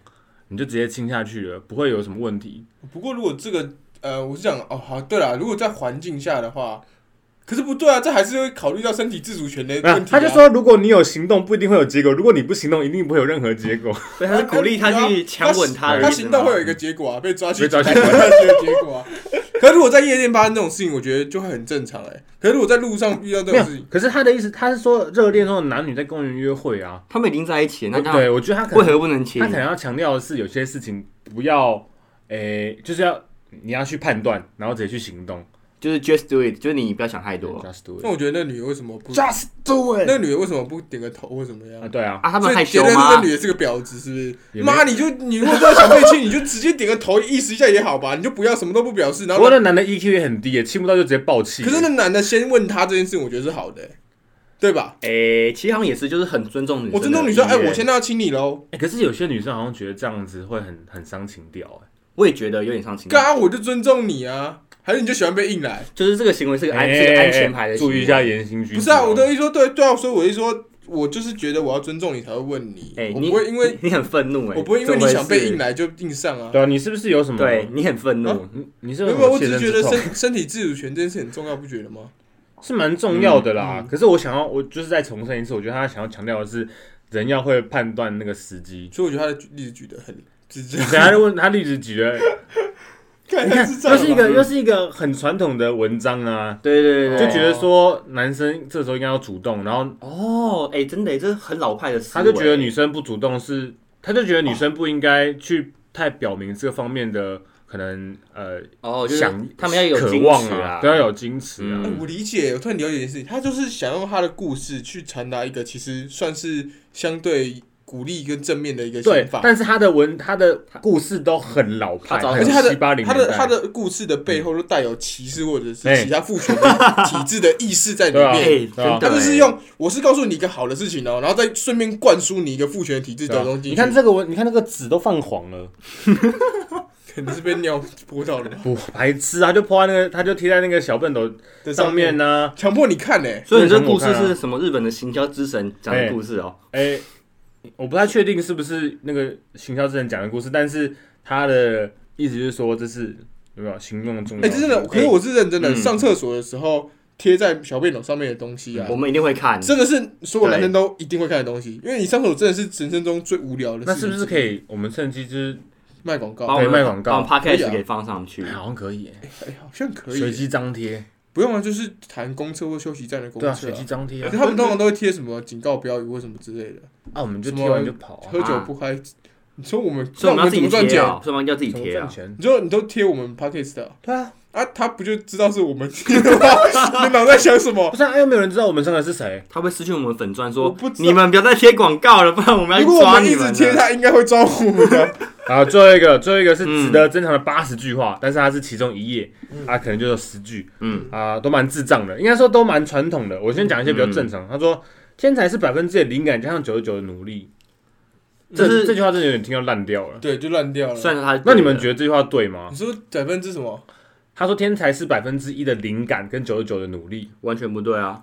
Speaker 2: 你就直接亲下去了，不会有什么问题。
Speaker 1: 不过如果这个呃，我是讲哦，好，对了，如果在环境下的话，可是不对啊，这还是会考虑到身体自主权的问题、
Speaker 2: 那
Speaker 1: 啊。
Speaker 2: 他就说，如果你有行动，不一定会有结果；如果你不行动，一定不会有任何结果。
Speaker 4: 所以他是鼓励他去强吻
Speaker 1: 他
Speaker 4: 的啊
Speaker 1: 他
Speaker 4: 意思
Speaker 1: 行
Speaker 4: 吗
Speaker 1: 动会有一个结果啊，被抓去
Speaker 2: 被抓去
Speaker 1: 关，的结果啊。可是如果在夜店发生这种事情，我觉得就会很正常哎、可是如果在路上遇到这种
Speaker 2: 没有
Speaker 1: 事情，，
Speaker 2: 可是他的意思，他是说热恋中的男女在公园约会啊。
Speaker 4: 他们已经在一起了，那他
Speaker 2: 对，我觉得他可能
Speaker 4: 为何不能亲
Speaker 2: 他？可能要强调的是，有些事情不要，诶、就是要你要去判断，然后直接去行动。
Speaker 4: 就是 just do it，就是你不要想太
Speaker 1: 哦
Speaker 4: 多
Speaker 2: Just do
Speaker 1: 那我觉得那女的为什么不？
Speaker 2: it，Just do
Speaker 1: 那个女的为什么不点个头或怎么样
Speaker 2: 啊，？对啊，
Speaker 4: 啊。他
Speaker 1: 所
Speaker 4: 们
Speaker 1: 以
Speaker 4: 害
Speaker 1: 觉
Speaker 4: 羞
Speaker 1: 得这
Speaker 4: 吗
Speaker 1: 个？女的是个婊子，是不
Speaker 2: 也
Speaker 1: 是？
Speaker 2: 没
Speaker 1: 妈，你就你如果真的想被亲，你就直接点个头意思一下也好吧，你就不要什么都不表示。然
Speaker 2: 不
Speaker 1: 后
Speaker 2: 过，那男的 EQ 也很低耶，亲不到就直接爆气。
Speaker 1: 可是那男的先问他这件事，情，我觉得是好的、欸对吧？
Speaker 4: 哎，其实他们也是，就是很尊重女生。
Speaker 1: 我尊重女生，哎、
Speaker 2: 意愿
Speaker 1: 我现在要亲你喽，
Speaker 2: 诶、可是有些女生好像觉得这样子会很很伤情调，哎，
Speaker 4: 我也觉得有点伤情。
Speaker 1: 刚刚啊我就尊重你啊，还是你就喜欢被硬来？
Speaker 4: 就是这个行为是个安，
Speaker 2: 诶
Speaker 4: 是个安全牌的行
Speaker 2: 注
Speaker 4: 为。
Speaker 2: 意一下言行举止。哦
Speaker 1: 不是啊，我的意思说，对对啊，所以我的意思说，我就是觉得我要尊重你才会问你，
Speaker 4: 哎，
Speaker 1: 我
Speaker 4: 你
Speaker 1: 不会因为
Speaker 4: 你你很愤怒哎，
Speaker 1: 我不会因为
Speaker 4: 怎
Speaker 1: 你
Speaker 4: 么回
Speaker 1: 想被
Speaker 4: 事
Speaker 1: 硬，来哦就硬上啊。
Speaker 2: 对啊，你是不是有什么？
Speaker 4: 对，你很愤怒。
Speaker 2: 你你是
Speaker 1: 没
Speaker 2: 不是
Speaker 1: 有，
Speaker 2: 有
Speaker 1: 没有我只是觉
Speaker 2: 切身之
Speaker 1: 得
Speaker 2: 痛
Speaker 1: 身 身体自主权这件事很重要，不觉得吗？
Speaker 2: 是蛮重要的啦。
Speaker 1: 嗯嗯
Speaker 2: 可是我想要，我就是再重申一次，我觉得他想要强调的是，人要会判断那个时机。
Speaker 1: 所以我觉得他的举例子举得很直接，
Speaker 2: 等下就问他例子举了
Speaker 1: 看
Speaker 2: 你看，
Speaker 1: 是这
Speaker 2: 又
Speaker 1: 样嗯
Speaker 2: 是一
Speaker 1: 吧
Speaker 2: 个又是一个很传统的文章啊，
Speaker 4: 对对对
Speaker 2: 就
Speaker 4: 对，
Speaker 2: 觉得说男生这时候应该要主动，然后
Speaker 4: 哦，哎，真的耶，这是很老派的思
Speaker 2: 他就
Speaker 4: 维。
Speaker 2: 觉得女生不主动是，他就觉得女生不应该去太表明这方面的可能呃
Speaker 4: 哦，就是
Speaker 2: 想
Speaker 4: 他们要有
Speaker 2: 渴
Speaker 4: 矜
Speaker 2: 望
Speaker 4: 持
Speaker 2: 啊，
Speaker 4: 啊，
Speaker 2: 都要有矜持啊
Speaker 1: 哎
Speaker 4: 嗯。
Speaker 1: 我理解，我突然了解一件事情，他就是想用他的故事去传达一个其实算是相对鼓励跟正面的一个
Speaker 2: 对
Speaker 1: 想，法，
Speaker 2: 但是他的文他的故事都很老派，
Speaker 4: 他早
Speaker 1: 而且他
Speaker 2: 很
Speaker 1: 的
Speaker 2: 七八零
Speaker 1: 他
Speaker 2: 年
Speaker 1: 的他
Speaker 2: 代。啊
Speaker 1: 的故事的背后都带有歧视或者
Speaker 2: 哎
Speaker 1: 是其他父权的体制的意识在里
Speaker 2: 对啊
Speaker 1: 面。
Speaker 4: 哎，真
Speaker 2: 对啊
Speaker 4: 的，
Speaker 1: 他就是用我是告诉你一个好的事情哦，然后再顺便灌输你一个父权体制
Speaker 2: 对啊
Speaker 1: 的东西。
Speaker 2: 你 看，这个文，你看那个纸都泛黄了，
Speaker 1: 肯定是被尿泼到了吧
Speaker 2: 不白痴啊！他就泼在那个，他就贴在那个小笨斗
Speaker 1: 在
Speaker 2: 上面啊
Speaker 1: 面，
Speaker 2: 呢、
Speaker 1: 强迫你看欸呢。
Speaker 4: 所以你这故
Speaker 2: 这
Speaker 4: 事
Speaker 2: 很好看啊
Speaker 4: 是什么？日本的行销之神讲的故事哦。
Speaker 2: 哎、我不太确定是不是那个行销之前讲的故事，但是他的意思就是说，这是有没有行动的重要？
Speaker 1: 哎，这真的，可是我是认真
Speaker 2: 嗯
Speaker 1: 的。上厕所的时候贴在小便斗上面的东西啊
Speaker 2: 嗯
Speaker 4: 我，们一定会看。
Speaker 1: 真的是所有男生都一定会看的东西，因为你上厕所真的是人生中最无聊的事
Speaker 2: 哎那
Speaker 1: 情。
Speaker 2: 是不是可以？我们趁机就是
Speaker 1: 卖广告
Speaker 4: 把？我们
Speaker 2: 对卖广告
Speaker 4: 把我们 podcast
Speaker 1: 可以啊
Speaker 4: 给放上去。
Speaker 2: 好像可以耶、
Speaker 1: 哎，好像可
Speaker 2: 随
Speaker 1: 以，
Speaker 2: 机张贴，
Speaker 1: 不用啊，就是谈公厕或休息站的公
Speaker 2: 对啊，
Speaker 1: 厕
Speaker 2: 随
Speaker 1: 啊。
Speaker 2: 机张贴
Speaker 1: 可
Speaker 2: 啊
Speaker 1: 是，他们通常都会贴什么警告标语或什么之类的，
Speaker 2: 啊，我们就
Speaker 1: 什
Speaker 2: 贴
Speaker 1: 么
Speaker 2: 完就跑啊，
Speaker 1: 喝酒不开。你说我们，那我
Speaker 4: 所以我们要
Speaker 1: 们
Speaker 4: 自
Speaker 1: 怎
Speaker 4: 己
Speaker 1: 么赚
Speaker 4: 贴
Speaker 1: 钱？
Speaker 4: 啊，所以我们要自己
Speaker 2: 怎么
Speaker 4: 贴
Speaker 2: 赚
Speaker 4: 啊。
Speaker 2: 钱？
Speaker 1: 你说你都贴我们 podcast 的啊
Speaker 2: 对啊，
Speaker 1: 啊，他不就知道是我们贴的吗？你脑袋想什么
Speaker 2: 不？是啊，又没有人知道我们三个是谁。
Speaker 4: 他会失去我们粉钻，
Speaker 1: 我
Speaker 4: 说
Speaker 1: 不知道
Speaker 4: 你们不要再贴广告了，不然我们
Speaker 1: 如
Speaker 4: 要
Speaker 1: 果我
Speaker 4: 抓
Speaker 1: 们
Speaker 4: 你
Speaker 1: 一
Speaker 4: 们
Speaker 1: 直
Speaker 4: 了。
Speaker 1: 贴，他应该会抓我们的。
Speaker 2: 好，最后一个，最后一个是
Speaker 4: 嗯
Speaker 2: 值得珍藏的八十句话，但是它是其中一页，啊，可能就有十句。
Speaker 4: 嗯，
Speaker 2: 啊，都蛮智障的，应该说都蛮传统的。我先讲一些比较正常。他说，天才是百分之的灵感加上九十九的努力。这
Speaker 4: 就是
Speaker 2: 这句话真的有点听到烂掉了。
Speaker 1: 对，就乱掉
Speaker 4: 虽
Speaker 1: 了。
Speaker 4: 然说他，
Speaker 2: 那你们觉得这句话对吗
Speaker 1: 你？说百分之什么？
Speaker 2: 他说天才是百分之一的灵感跟九十九的努力，
Speaker 4: 完全不对啊？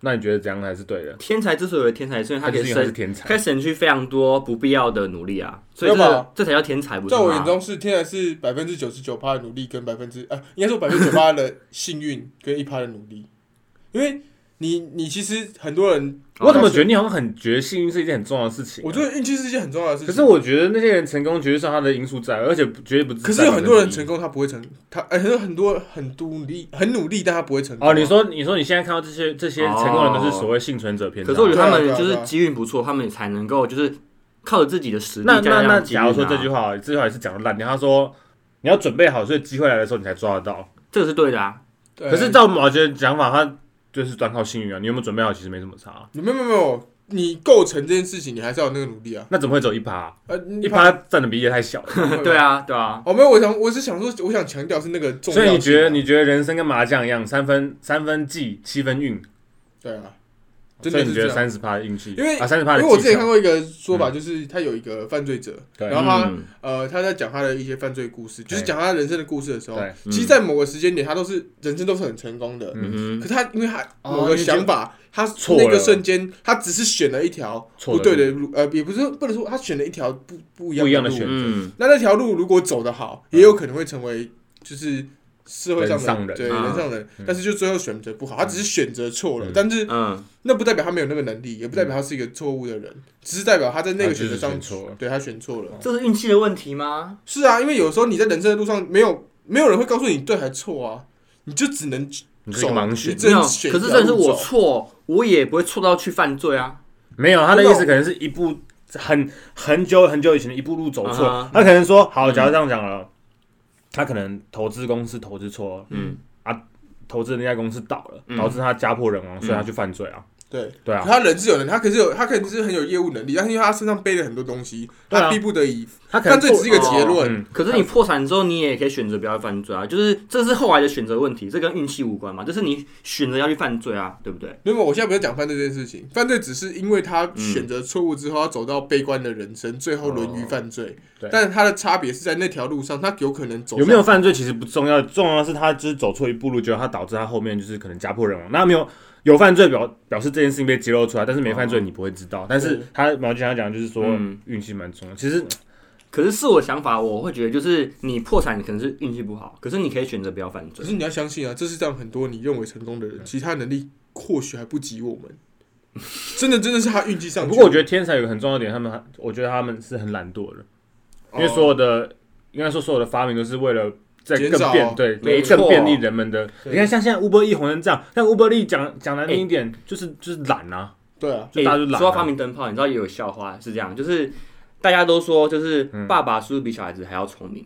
Speaker 2: 那你觉得怎样才是对的？
Speaker 4: 天才之所以为天才，是因为他
Speaker 2: 他
Speaker 4: 可
Speaker 2: 就
Speaker 4: 以
Speaker 2: 是因为他是
Speaker 4: 省，
Speaker 2: 天
Speaker 4: 可
Speaker 2: 才
Speaker 4: 以。省去非常多不必要的努力啊，所以
Speaker 1: 没有
Speaker 4: 这
Speaker 1: 吧
Speaker 4: 这才叫天才，不是
Speaker 1: 在
Speaker 4: 吗？
Speaker 1: 我眼中是天才是百分之九十九趴的努力跟百分之呃，应该说百分之九趴的幸运跟一趴的努力，因为你你其实很多人，
Speaker 2: 我怎么觉得你好像很觉得幸运是一件很重要的事情啊、
Speaker 1: 我觉得运气是一件很重要的事情。
Speaker 2: 可是我觉得那些人成功绝对是他的因素在，而且不绝对不是。
Speaker 1: 可是有很多人成。功，他不会成，他哎，很多很多很努力，很努力，但他不会成功啊。
Speaker 2: 哦，你说你说你现在看到这些这些成功人都是所谓幸存者偏差。
Speaker 4: 可是我觉得他
Speaker 1: 对
Speaker 4: 们
Speaker 1: 啊
Speaker 4: 就
Speaker 1: 对啊
Speaker 4: 是机运不错，他们也才能够就是靠着自己的实力
Speaker 2: 那
Speaker 4: 加
Speaker 2: 那
Speaker 4: 上
Speaker 2: 那，
Speaker 4: 机运
Speaker 2: 假如说这句
Speaker 4: 啊，
Speaker 2: 话，这句话也是讲的烂掉。他说你要准备好，所以机会来的时候你才抓得到。
Speaker 4: 这个是对的啊。
Speaker 1: 对
Speaker 2: 可是照毛杰的讲法，他就是专靠幸运啊。你有没有准备好，其实没什么差。啊
Speaker 1: 你没有没有没有，你构成这件事情，你还是要有那个努力啊。
Speaker 2: 那怎么会只有一趴？
Speaker 1: 呃，
Speaker 2: 一趴占的比例太 小了。
Speaker 4: 对啊，对啊，
Speaker 1: 哦，没有，我想我是想说，我想强调是那个重要性
Speaker 2: 所
Speaker 1: 啊。
Speaker 2: 以你觉得你觉得人生跟麻将一样，三分三分技，七分运。
Speaker 1: 对啊，真
Speaker 2: 所以
Speaker 1: 的是
Speaker 2: 你觉
Speaker 1: 这
Speaker 2: 得
Speaker 1: 样。
Speaker 2: 三十趴运气？
Speaker 1: 因为
Speaker 2: 啊嗯三十趴，
Speaker 1: 因为我之前看过一个说法，就是他有一个犯罪者，
Speaker 2: 对
Speaker 1: 然后他
Speaker 4: 嗯
Speaker 1: 呃他在讲他的一些犯罪故事，就是
Speaker 2: 对
Speaker 1: 讲他人生的故事的时候
Speaker 2: 对，
Speaker 4: 嗯
Speaker 1: 其实，在某个时间点，他都是人生都是很成功的，
Speaker 4: 嗯
Speaker 1: 可
Speaker 4: 哼，
Speaker 1: 是他因为他
Speaker 2: 哦
Speaker 1: 某个想法，他
Speaker 2: 错
Speaker 1: 那个
Speaker 2: 了
Speaker 1: 瞬间，他只是选了一条
Speaker 2: 错
Speaker 1: 不
Speaker 2: 的
Speaker 1: 对的路，呃，也不是不能说他选了一条不不一样
Speaker 2: 不一样的
Speaker 1: 路
Speaker 2: 选择
Speaker 4: 嗯，
Speaker 1: 那那条路如果走得好，也有可能会成为就是社会上的
Speaker 2: 嗯人上人
Speaker 1: 对
Speaker 4: 啊
Speaker 1: 人上人，但是就最后选择不好，他只是选择错了
Speaker 2: 嗯，
Speaker 1: 但是
Speaker 4: 嗯，
Speaker 1: 那不代表他没有那个能力，也不代表他是一个错误的人，只是代表他在那个选择
Speaker 2: 嗯他
Speaker 1: 上
Speaker 2: 就是选错了嗯
Speaker 1: 对他选错了。
Speaker 4: 这是运气的问题吗？
Speaker 1: 是啊，因为有时候你在人生的路上，没有没有人会告诉你对还错啊，你就只能
Speaker 2: 你是一个盲选
Speaker 1: 你只
Speaker 4: 没有，
Speaker 1: 能
Speaker 4: 可
Speaker 1: 选
Speaker 4: 是这是我错，我也不会错到去犯罪啊。
Speaker 2: 没有，他的
Speaker 1: 真的
Speaker 2: 意
Speaker 1: 哦
Speaker 2: 思可能是一步很很久很久以前的一步路走错。
Speaker 4: 啊哈
Speaker 2: 他可能说，好，假如这样讲了，他可能投资公司投资错了，啊
Speaker 4: 嗯，
Speaker 2: 投资人家公司倒了，
Speaker 4: 嗯
Speaker 2: 导致他家破人亡，所以他去犯罪啊。
Speaker 1: 对。
Speaker 2: 对啊，
Speaker 1: 他人是有能力，他可是有他可能是很有业务能力，但是因为他身上背了很多东西，
Speaker 2: 对啊
Speaker 1: 他逼不得已。
Speaker 2: 他可能
Speaker 1: 犯罪只是一个
Speaker 4: 做
Speaker 1: 结论，
Speaker 2: 嗯，
Speaker 4: 可是你破产之后，你也可以选择不要犯罪啊，就是这是后来的选择问题，这跟运气无关嘛，这是你选择要去犯罪啊，对不对？
Speaker 1: 因为我现在不是讲犯罪这件事情，犯罪只是因为他选择错误之后，他走到悲观的人生，最后沦于犯罪。
Speaker 2: 哦对
Speaker 1: 但是他的差别是在那条路上，他有可能走
Speaker 2: 有没有
Speaker 1: 上
Speaker 2: 犯罪其实不重要，重要的是他就是走错一步路，结果他导致他后面就是可能家破人亡。那没有有犯罪表表示这件事情被揭露出来，但是没犯罪你不会知道。但是他毛就想讲就是说
Speaker 4: 嗯
Speaker 2: 运气蛮重要，其实
Speaker 4: 可是是我想法，我会觉得就是你破产可能是运气不好，可是你可以选择不要犯
Speaker 1: 可
Speaker 4: 罪。
Speaker 1: 是你要相信啊，这世上很多你认为成功的人，其他能力或许还不及我们。真的，真的是他运气上去。
Speaker 2: 不过我觉得天才有个很重要的点，他们我觉得他们是很懒惰的，
Speaker 1: 哦
Speaker 2: 因为所有的应该说所有的发明都是为了。在
Speaker 1: 减
Speaker 2: 更
Speaker 1: 少
Speaker 2: 便对，
Speaker 4: 没错
Speaker 2: 更便利人们的。
Speaker 1: 对哎
Speaker 2: 你看，像现在 Uber E 红成这样，像 Uber E 讲讲难听一点，就是就是懒啊，
Speaker 1: 对啊，
Speaker 2: 就大家就
Speaker 4: 欸
Speaker 2: 懒啊。
Speaker 4: 说到发明灯泡，你知道也有笑话是这样，就是大家都说，就是
Speaker 2: 嗯
Speaker 4: 爸爸是不是比小孩子还要聪明？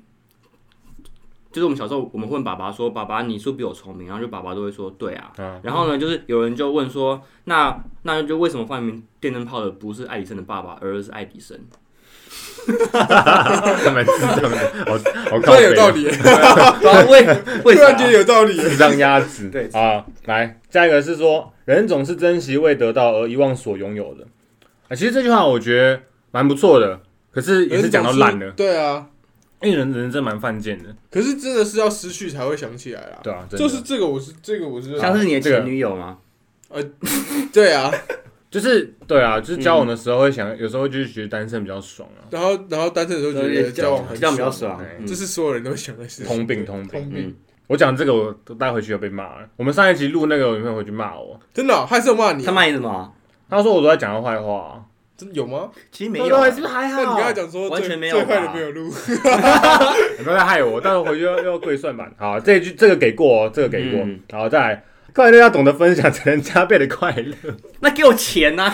Speaker 4: 就是我们小时候，我们问爸爸说：“爸爸，你是不是比我聪明？”然后就爸爸都会说：“对啊。
Speaker 2: 啊，
Speaker 4: 然后呢，就是有人就问说：“那那就为什么发明电灯泡的不是爱迪生的爸爸，而是爱迪生
Speaker 2: 他们他们好好哦
Speaker 1: 突然有道， 理，突？”
Speaker 4: 然后为为啥
Speaker 1: 然觉得有道理。
Speaker 2: 智障鸭子。
Speaker 4: 对
Speaker 2: 啊，来下一个是说，人总是珍惜未得到而遗忘所拥有的。啊，其实这句话我觉得蛮不错的，可是也是讲到烂了，
Speaker 1: 对啊，
Speaker 2: 因为人人真蛮犯贱的，
Speaker 1: 可是真的是要失去才会想起来啦。
Speaker 2: 对啊，真的
Speaker 1: 就是这个，我是这个，我是
Speaker 4: 像是你的
Speaker 2: 这个
Speaker 4: 前女友吗？
Speaker 1: 对啊，
Speaker 2: 就是对啊，就是交往的时候会想，有时候就是觉得单身比较爽啊，
Speaker 1: 然后然后单身的时候觉得交往很
Speaker 4: 这样比较爽
Speaker 2: 哎。
Speaker 4: 嗯
Speaker 1: 这是所有人都会想的事情。
Speaker 2: 通病通病。
Speaker 1: 通
Speaker 4: 嗯
Speaker 1: 病，
Speaker 2: 我讲这个我都带回去要被骂了。哦我们上一集录那个，有朋友回去骂我，
Speaker 1: 真的哦，还是有骂你
Speaker 4: 他
Speaker 1: 啊？
Speaker 4: 骂你什么？
Speaker 2: 他说我都在讲他坏话啊、
Speaker 1: 真的有吗？
Speaker 4: 其实没
Speaker 2: 他
Speaker 4: 有
Speaker 2: 说
Speaker 4: 啊，
Speaker 2: 哎是不是还
Speaker 1: 那你
Speaker 2: 好？
Speaker 1: 刚才讲说
Speaker 4: 完
Speaker 1: 最
Speaker 4: 全没有
Speaker 1: 最坏
Speaker 4: 吧
Speaker 1: 的没有录，
Speaker 2: 你不要再害我，但是回去要要跪算盘。好，这一句这个给过、哦，这个给过。
Speaker 4: 嗯
Speaker 2: 好，再来，快乐要懂得分享，才能加倍的快 乐。
Speaker 4: 那给我钱呐，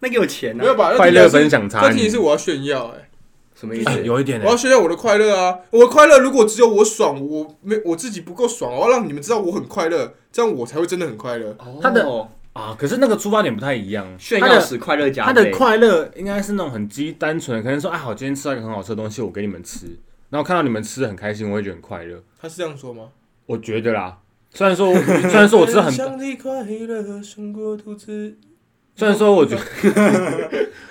Speaker 4: 那给我钱
Speaker 1: 没
Speaker 4: 呐，
Speaker 1: 有吧？那
Speaker 2: 快
Speaker 1: 听起来
Speaker 2: 乐
Speaker 1: 是
Speaker 2: 分享嗯差
Speaker 1: 这题
Speaker 2: 异
Speaker 1: 是我要炫耀哎，
Speaker 4: 什么意思？
Speaker 2: 有一点
Speaker 1: 我要炫耀我的快乐啊！我的快乐如果只有我爽，我没我自己不够爽，我要让你们知道我很快乐，这样我才会真的很快乐。
Speaker 2: 他的
Speaker 4: 哦
Speaker 2: 啊，可是那个出发点不太一样。
Speaker 4: 炫
Speaker 2: 他
Speaker 4: 耀
Speaker 2: 的
Speaker 4: 使快乐加
Speaker 2: 他的
Speaker 4: 倍。
Speaker 2: 快乐应该是那种很基单纯的，可能说啊，好，今天吃到一个很好吃的东西，我给你们吃，然后看到你们吃很开心，我会觉得很快乐。
Speaker 1: 他是这样说吗？
Speaker 2: 我觉得啦，虽然说我虽然说我吃很，
Speaker 1: 想你快乐胜过肚子。
Speaker 2: 虽然说我觉得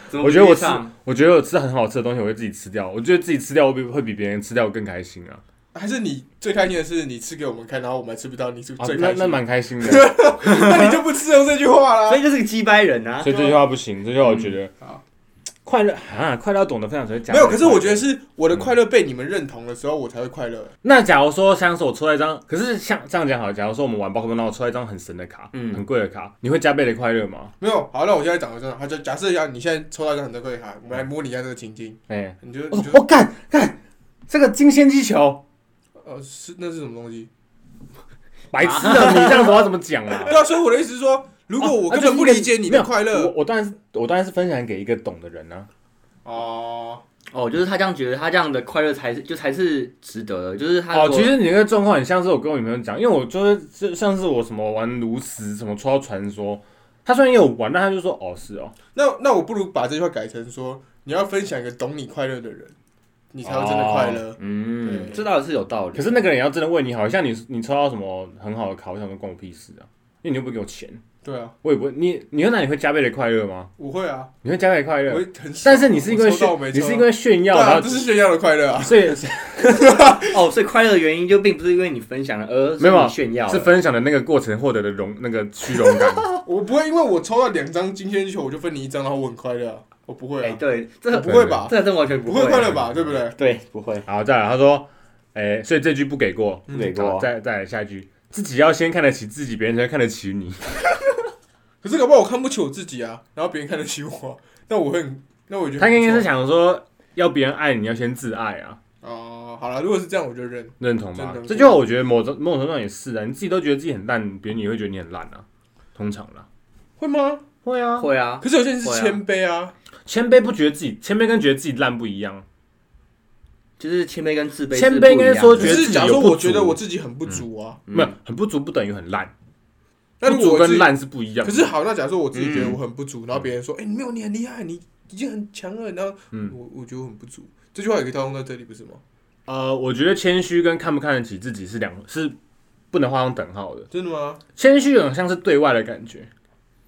Speaker 4: 怎么
Speaker 2: 我觉得我
Speaker 4: 不
Speaker 2: 吃
Speaker 4: 上
Speaker 2: 我觉得我吃很好吃的东西，我会自己吃掉，我觉得自己吃掉会比会比别人吃掉更开心啊。
Speaker 1: 还是你最开心的是你吃给我们看，然后我们还吃不到，你是
Speaker 2: 啊
Speaker 1: 最
Speaker 2: 那
Speaker 1: 开
Speaker 2: 那
Speaker 1: 心的。
Speaker 2: 蛮开 心的。
Speaker 1: 那你就不吃用这句话
Speaker 4: 所
Speaker 1: 啦。
Speaker 4: 以就是个鸡掰人啊
Speaker 2: 所。以这句话不行，这句话我觉得
Speaker 1: 好
Speaker 2: 快乐啊，快乐要懂得分享才会讲。嗯
Speaker 1: 没有，可是我觉得，是我的快乐被你们认同的时候，我才会快乐。
Speaker 2: 那假如说像是我抽到一张，可是像这样讲好了，假如说我们玩宝可梦，那我抽到一张很神的卡，
Speaker 4: 嗯
Speaker 2: 很贵的卡，你会加倍的快乐吗？
Speaker 1: 没有，好，那我现在讲个真的，好，就假设一下，你现在抽到一张很珍贵的卡，我们来模拟一下这个情境，
Speaker 2: 哎、
Speaker 1: 你就
Speaker 2: 我
Speaker 1: 你就
Speaker 2: 我干干这个金仙击球，
Speaker 1: 呃是那是什么东西？
Speaker 2: 白痴啊！你这样子我要怎么讲啊？
Speaker 1: 对啊，所以我的意思是说，如果
Speaker 2: 哦
Speaker 1: 我根本不理解你
Speaker 2: 没有
Speaker 1: 的快乐
Speaker 2: 我我当然是我当然是分享给一个懂的人啊。
Speaker 1: 哦，
Speaker 4: 哦，就是他这样觉得，他这样的快乐才是就才是值得的，就是他
Speaker 2: 哦，
Speaker 4: 说
Speaker 2: 其实你那个状况很像是我跟我女朋友讲，因为我就是就像是我什么玩炉石，什么抽到传说，她虽然也有玩，但她就说哦是哦，
Speaker 1: 那那我不如把这句话改成说，你要分享一个懂你快乐的人，你才会真的快
Speaker 2: 哦
Speaker 1: 乐。
Speaker 4: 嗯
Speaker 1: 对，
Speaker 4: 这倒是有道理。
Speaker 2: 可是那个人也要真的为你好，像你你抽到什么很好的卡，我想说关我屁事啊，因为你又不给我钱，
Speaker 1: 对啊，
Speaker 2: 我也不会你你会那你会加倍的快乐吗？
Speaker 1: 我会啊，
Speaker 2: 你会加倍的快
Speaker 1: 我
Speaker 2: 乐，
Speaker 1: 会很爽。
Speaker 2: 但是你是因为
Speaker 1: 我抽到我没
Speaker 2: 炫
Speaker 1: 抽
Speaker 2: 你
Speaker 1: 到
Speaker 2: 是因为炫耀，
Speaker 1: 对啊
Speaker 2: 然后
Speaker 1: 这是炫耀的快乐啊。
Speaker 2: 所以
Speaker 4: 哦，所以快乐的原因就并不是因为你分享了，而
Speaker 2: 没
Speaker 4: 是
Speaker 2: 有啊
Speaker 4: 你炫耀了
Speaker 2: 是分享的那个过程获得的荣那个虚荣感。
Speaker 1: 我不会因为我抽到两张金仙球，我就分你一张，然后我很快乐啊。我不会
Speaker 4: 哎，
Speaker 1: 啊，
Speaker 4: 对，这
Speaker 1: 我
Speaker 4: 个
Speaker 1: 不会
Speaker 2: 啊
Speaker 1: 吧？
Speaker 4: 这个真的完全
Speaker 1: 不
Speaker 4: 会
Speaker 1: 会快乐吧？对不对？
Speaker 5: 对，不会，
Speaker 2: 好，再来，他说，哎、所以这句不给过，
Speaker 5: 不给
Speaker 2: 好
Speaker 5: 过。
Speaker 2: 再再来下一句，自己要先看得起自己，别人才会看得起 你。
Speaker 1: 可是搞不好我看不起我自己啊，然后别人看得起我啊，那我会很，那我觉得
Speaker 2: 他
Speaker 1: 很
Speaker 2: 应该
Speaker 1: 不
Speaker 2: 是
Speaker 1: 错啊
Speaker 2: 想说，要别人爱你，要先自爱啊，
Speaker 1: 哦，好了，如果是这样，我就认。
Speaker 2: 认同吧
Speaker 1: 真？的
Speaker 2: 这句话我觉得某种某种程度上也是啊，你自己都觉得自己很烂，别人也会觉得你很烂啊，通常啦。
Speaker 1: 会吗？
Speaker 2: 会啊，
Speaker 4: 会啊，
Speaker 1: 可是有些人是
Speaker 4: 会啊
Speaker 1: 谦卑啊，
Speaker 2: 谦卑不觉得自己，谦卑跟觉得自己烂不一样。
Speaker 4: 就是谦卑跟自卑是不一
Speaker 2: 谦
Speaker 4: 样的。
Speaker 2: 卑应该说
Speaker 1: 只
Speaker 2: 觉得自
Speaker 1: 是
Speaker 2: 己有
Speaker 1: 假如说
Speaker 2: 不足
Speaker 1: 我觉得我自己很不足啊，
Speaker 4: 嗯
Speaker 2: 没有，很不足不等于很烂，
Speaker 1: 那
Speaker 2: 不
Speaker 1: 如果
Speaker 2: 足
Speaker 1: 我自
Speaker 2: 跟
Speaker 1: 己，
Speaker 2: 烂是不一样嗯
Speaker 1: 可
Speaker 2: 的。
Speaker 1: 是好，那假如说我自己觉得我很不足，然后别人说，哎，没有，你很厉害，你已经很强了，然后
Speaker 2: 嗯
Speaker 1: 我我觉得我很不足，这句话也可以套用到这里，不是吗？
Speaker 2: 呃，我觉得谦虚跟看不看得起自己是两是不能画上等号的。
Speaker 1: 真的吗？
Speaker 2: 谦虚很像是对外的感觉，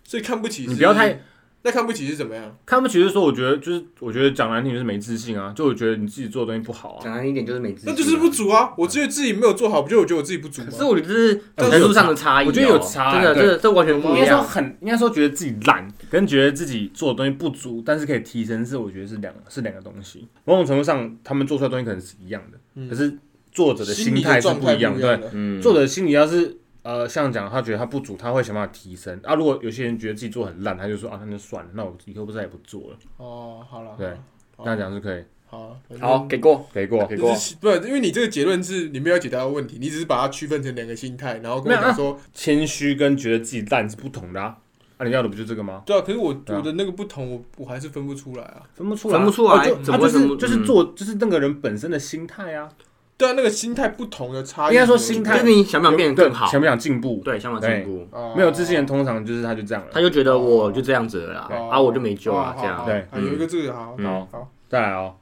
Speaker 1: 所以看不起，
Speaker 2: 你不要太，
Speaker 1: 那看不起是怎么样？
Speaker 2: 看不起，是说我觉得就是我觉得讲难听就是没自信啊，就我觉得你自己做的东西不好啊。
Speaker 4: 讲难一点就是没自信
Speaker 1: 那
Speaker 4: 啊，
Speaker 1: 就是不足啊！我觉得自己没有做好，不就我觉得我自己不足
Speaker 2: 啊
Speaker 4: 可是
Speaker 1: 吗？
Speaker 4: 我觉得这是
Speaker 2: 但
Speaker 4: 程度上的差异哦，
Speaker 2: 我觉得有差
Speaker 4: 真的，
Speaker 2: 对
Speaker 4: 这个这完全不
Speaker 2: 应
Speaker 4: 一
Speaker 2: 该说
Speaker 4: 样。
Speaker 2: 很，应该说觉得自己烂，跟觉得自己做的东西不足，但是可以提升，是我觉得是两是两个东西。某种程度上，他们做出来的东西可能是一样的，
Speaker 1: 嗯
Speaker 2: 可是作者的
Speaker 1: 心
Speaker 2: 心
Speaker 1: 理
Speaker 2: 态
Speaker 1: 的
Speaker 2: 是
Speaker 1: 状态
Speaker 2: 一样。对，
Speaker 1: 的。
Speaker 4: 嗯
Speaker 2: 作者心里要是呃像讲他觉得他不足，他会想办法提升。啊，如果有些人觉得自己做得很烂，他就说啊，那就算了，那我以后不再也不做了。
Speaker 1: 哦，好了，
Speaker 2: 对，
Speaker 1: 好
Speaker 2: 那，讲是可以
Speaker 1: 好，
Speaker 4: 好，给过，
Speaker 2: 给过。
Speaker 4: 给
Speaker 1: 就
Speaker 4: 过。
Speaker 1: 是不，因为你这个结论是你没有解答到问题，你只是把它区分成两个心态，然后跟我
Speaker 2: 没有
Speaker 1: 讲
Speaker 2: 啊
Speaker 1: 说，
Speaker 2: 谦虚跟觉得自己烂是不同的啊。啊，你要的不就这个吗？
Speaker 1: 对啊，可是我
Speaker 2: 对啊
Speaker 1: 我的那个不同，我我还是分不出来啊。
Speaker 2: 分不出哦
Speaker 4: 来分不出来
Speaker 2: 就
Speaker 4: 怎
Speaker 2: 他
Speaker 4: 么
Speaker 2: 就
Speaker 4: 会分
Speaker 2: 是
Speaker 4: 不
Speaker 2: 就是
Speaker 4: 嗯
Speaker 2: 做就是那个人本身的心态啊，
Speaker 1: 对啊，那个心态不同的差异，
Speaker 2: 应该说心
Speaker 4: 就
Speaker 2: 态
Speaker 4: 是你想不想变得
Speaker 2: 对
Speaker 4: 更好？
Speaker 2: 想不想进步？
Speaker 4: 对，想不想进步？
Speaker 1: 哦
Speaker 2: 没有自信的人通常就是他就这样
Speaker 4: 他
Speaker 2: 了。
Speaker 4: 就觉得我就这样子了啦，
Speaker 1: 哦
Speaker 4: 啊，我就没救
Speaker 1: 哦
Speaker 4: 了，
Speaker 1: 好
Speaker 4: 这样
Speaker 1: 好
Speaker 2: 对
Speaker 1: 啊有一个这个好，
Speaker 2: 嗯
Speaker 1: 好
Speaker 2: 好
Speaker 1: 好，
Speaker 2: 再来哦，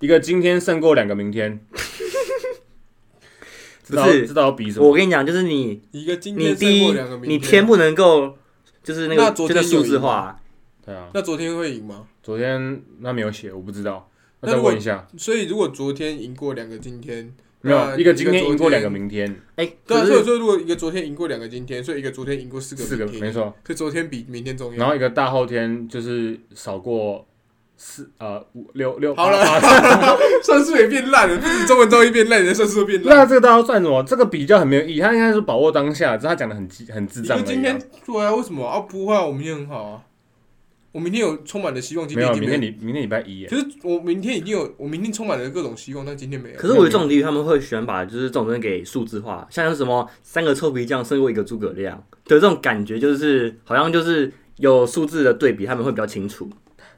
Speaker 2: 一个今天胜过两个明 天，知
Speaker 4: 不
Speaker 2: 道
Speaker 4: 是
Speaker 2: 知道要比什
Speaker 4: 我
Speaker 2: 么？
Speaker 4: 跟你讲，就是你
Speaker 1: 一个今
Speaker 4: 你
Speaker 1: 天
Speaker 4: 第
Speaker 1: 胜
Speaker 4: 一
Speaker 1: 过两个，明
Speaker 4: 你天不能够就是那
Speaker 1: 那
Speaker 4: 个
Speaker 1: 昨
Speaker 4: 就
Speaker 1: 天
Speaker 4: 是数字化，
Speaker 2: 对啊，
Speaker 1: 那昨天会赢吗？
Speaker 2: 昨天他没有写，我不知道，那
Speaker 1: 那
Speaker 2: 再
Speaker 1: 如果
Speaker 2: 问一下。
Speaker 1: 所以如果昨天赢过两个今天，
Speaker 4: 啊
Speaker 2: 没有
Speaker 1: 那
Speaker 2: 一个今天赢过两个
Speaker 1: 明，
Speaker 2: 明天，
Speaker 4: 哎，
Speaker 1: 对啊，
Speaker 4: 可
Speaker 1: 所以
Speaker 4: 是
Speaker 1: 说如果一个昨天赢过两个今天，所以一个昨天赢过四个
Speaker 2: 四个
Speaker 1: 明
Speaker 2: 没
Speaker 1: 天，
Speaker 2: 错，
Speaker 1: 所以昨天比明天重
Speaker 2: 然
Speaker 1: 要。
Speaker 2: 后一个大后天就是少过四呃五六六
Speaker 1: 好了
Speaker 2: 八八
Speaker 1: 算数也变烂了，不止中文造诣变烂，你的算数都变烂。
Speaker 2: 那这个大家算什么？这个比较很没有意义，他应该是把握当下，只是他讲的很智很智
Speaker 1: 你
Speaker 2: 障
Speaker 1: 就
Speaker 2: 而已啊。
Speaker 1: 今天对啊，为什么啊？不会啊，我明天很好啊，我明天有充满了希望，今
Speaker 2: 没
Speaker 1: 天
Speaker 2: 有，啊
Speaker 1: 已经
Speaker 2: 明
Speaker 1: 没
Speaker 2: 天
Speaker 1: 有。
Speaker 2: 礼明天礼拜一耶，
Speaker 1: 可是我明天已经有，我明天充满了各种希望，但今天没有。
Speaker 4: 可是我觉得这种地域他们会喜欢把就是这种东西给数字化，像是什么三个臭皮匠胜过一个诸葛亮的这种感觉，就是好像就是有数字的对比，他们会比较清楚。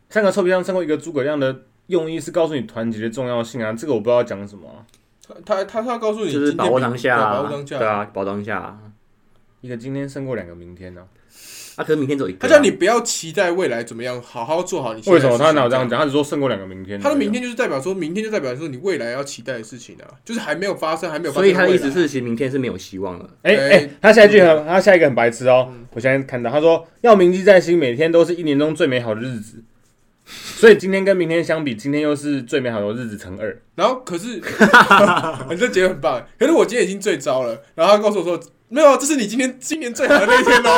Speaker 2: 三个臭皮匠胜过一个诸葛亮的用意是告诉你团结的重要性啊，这个我不知道讲什么啊、
Speaker 1: 他他他告诉你，
Speaker 4: 就是
Speaker 1: 今天比
Speaker 4: 把握当下
Speaker 1: 对
Speaker 4: 啊，
Speaker 1: 把握当下。
Speaker 4: 对啊，把握当下啊。
Speaker 2: 一个今天胜过两个明天呢、
Speaker 4: 啊，可是明天走一个啊，
Speaker 1: 他叫你不要期待未来怎么样，好好做好你现在
Speaker 2: 为
Speaker 1: 的事
Speaker 2: 什
Speaker 1: 情。
Speaker 2: 么他哪有这样讲？他只说胜过两个明天。啊
Speaker 1: 他的明天就是代表说，明天就代表说你未来要期待的事情啊，就是还没有发生，还没有发生。
Speaker 4: 所以他的意思，是，其实明天是没有希望了。
Speaker 2: 哎哎、
Speaker 1: 哎
Speaker 2: 他下一句很，他下一个很白痴哦、
Speaker 1: 嗯
Speaker 2: 我现在看到他说要铭记在心，每天都是一年中最美好的日子。所以今天跟明天相比，今天又是最美好的日子乘二。
Speaker 1: 然后可是，你这结论很棒。可是我今天已经最糟了，然后他告诉我说，没有，啊这是你今天今年最好的那一天 喽！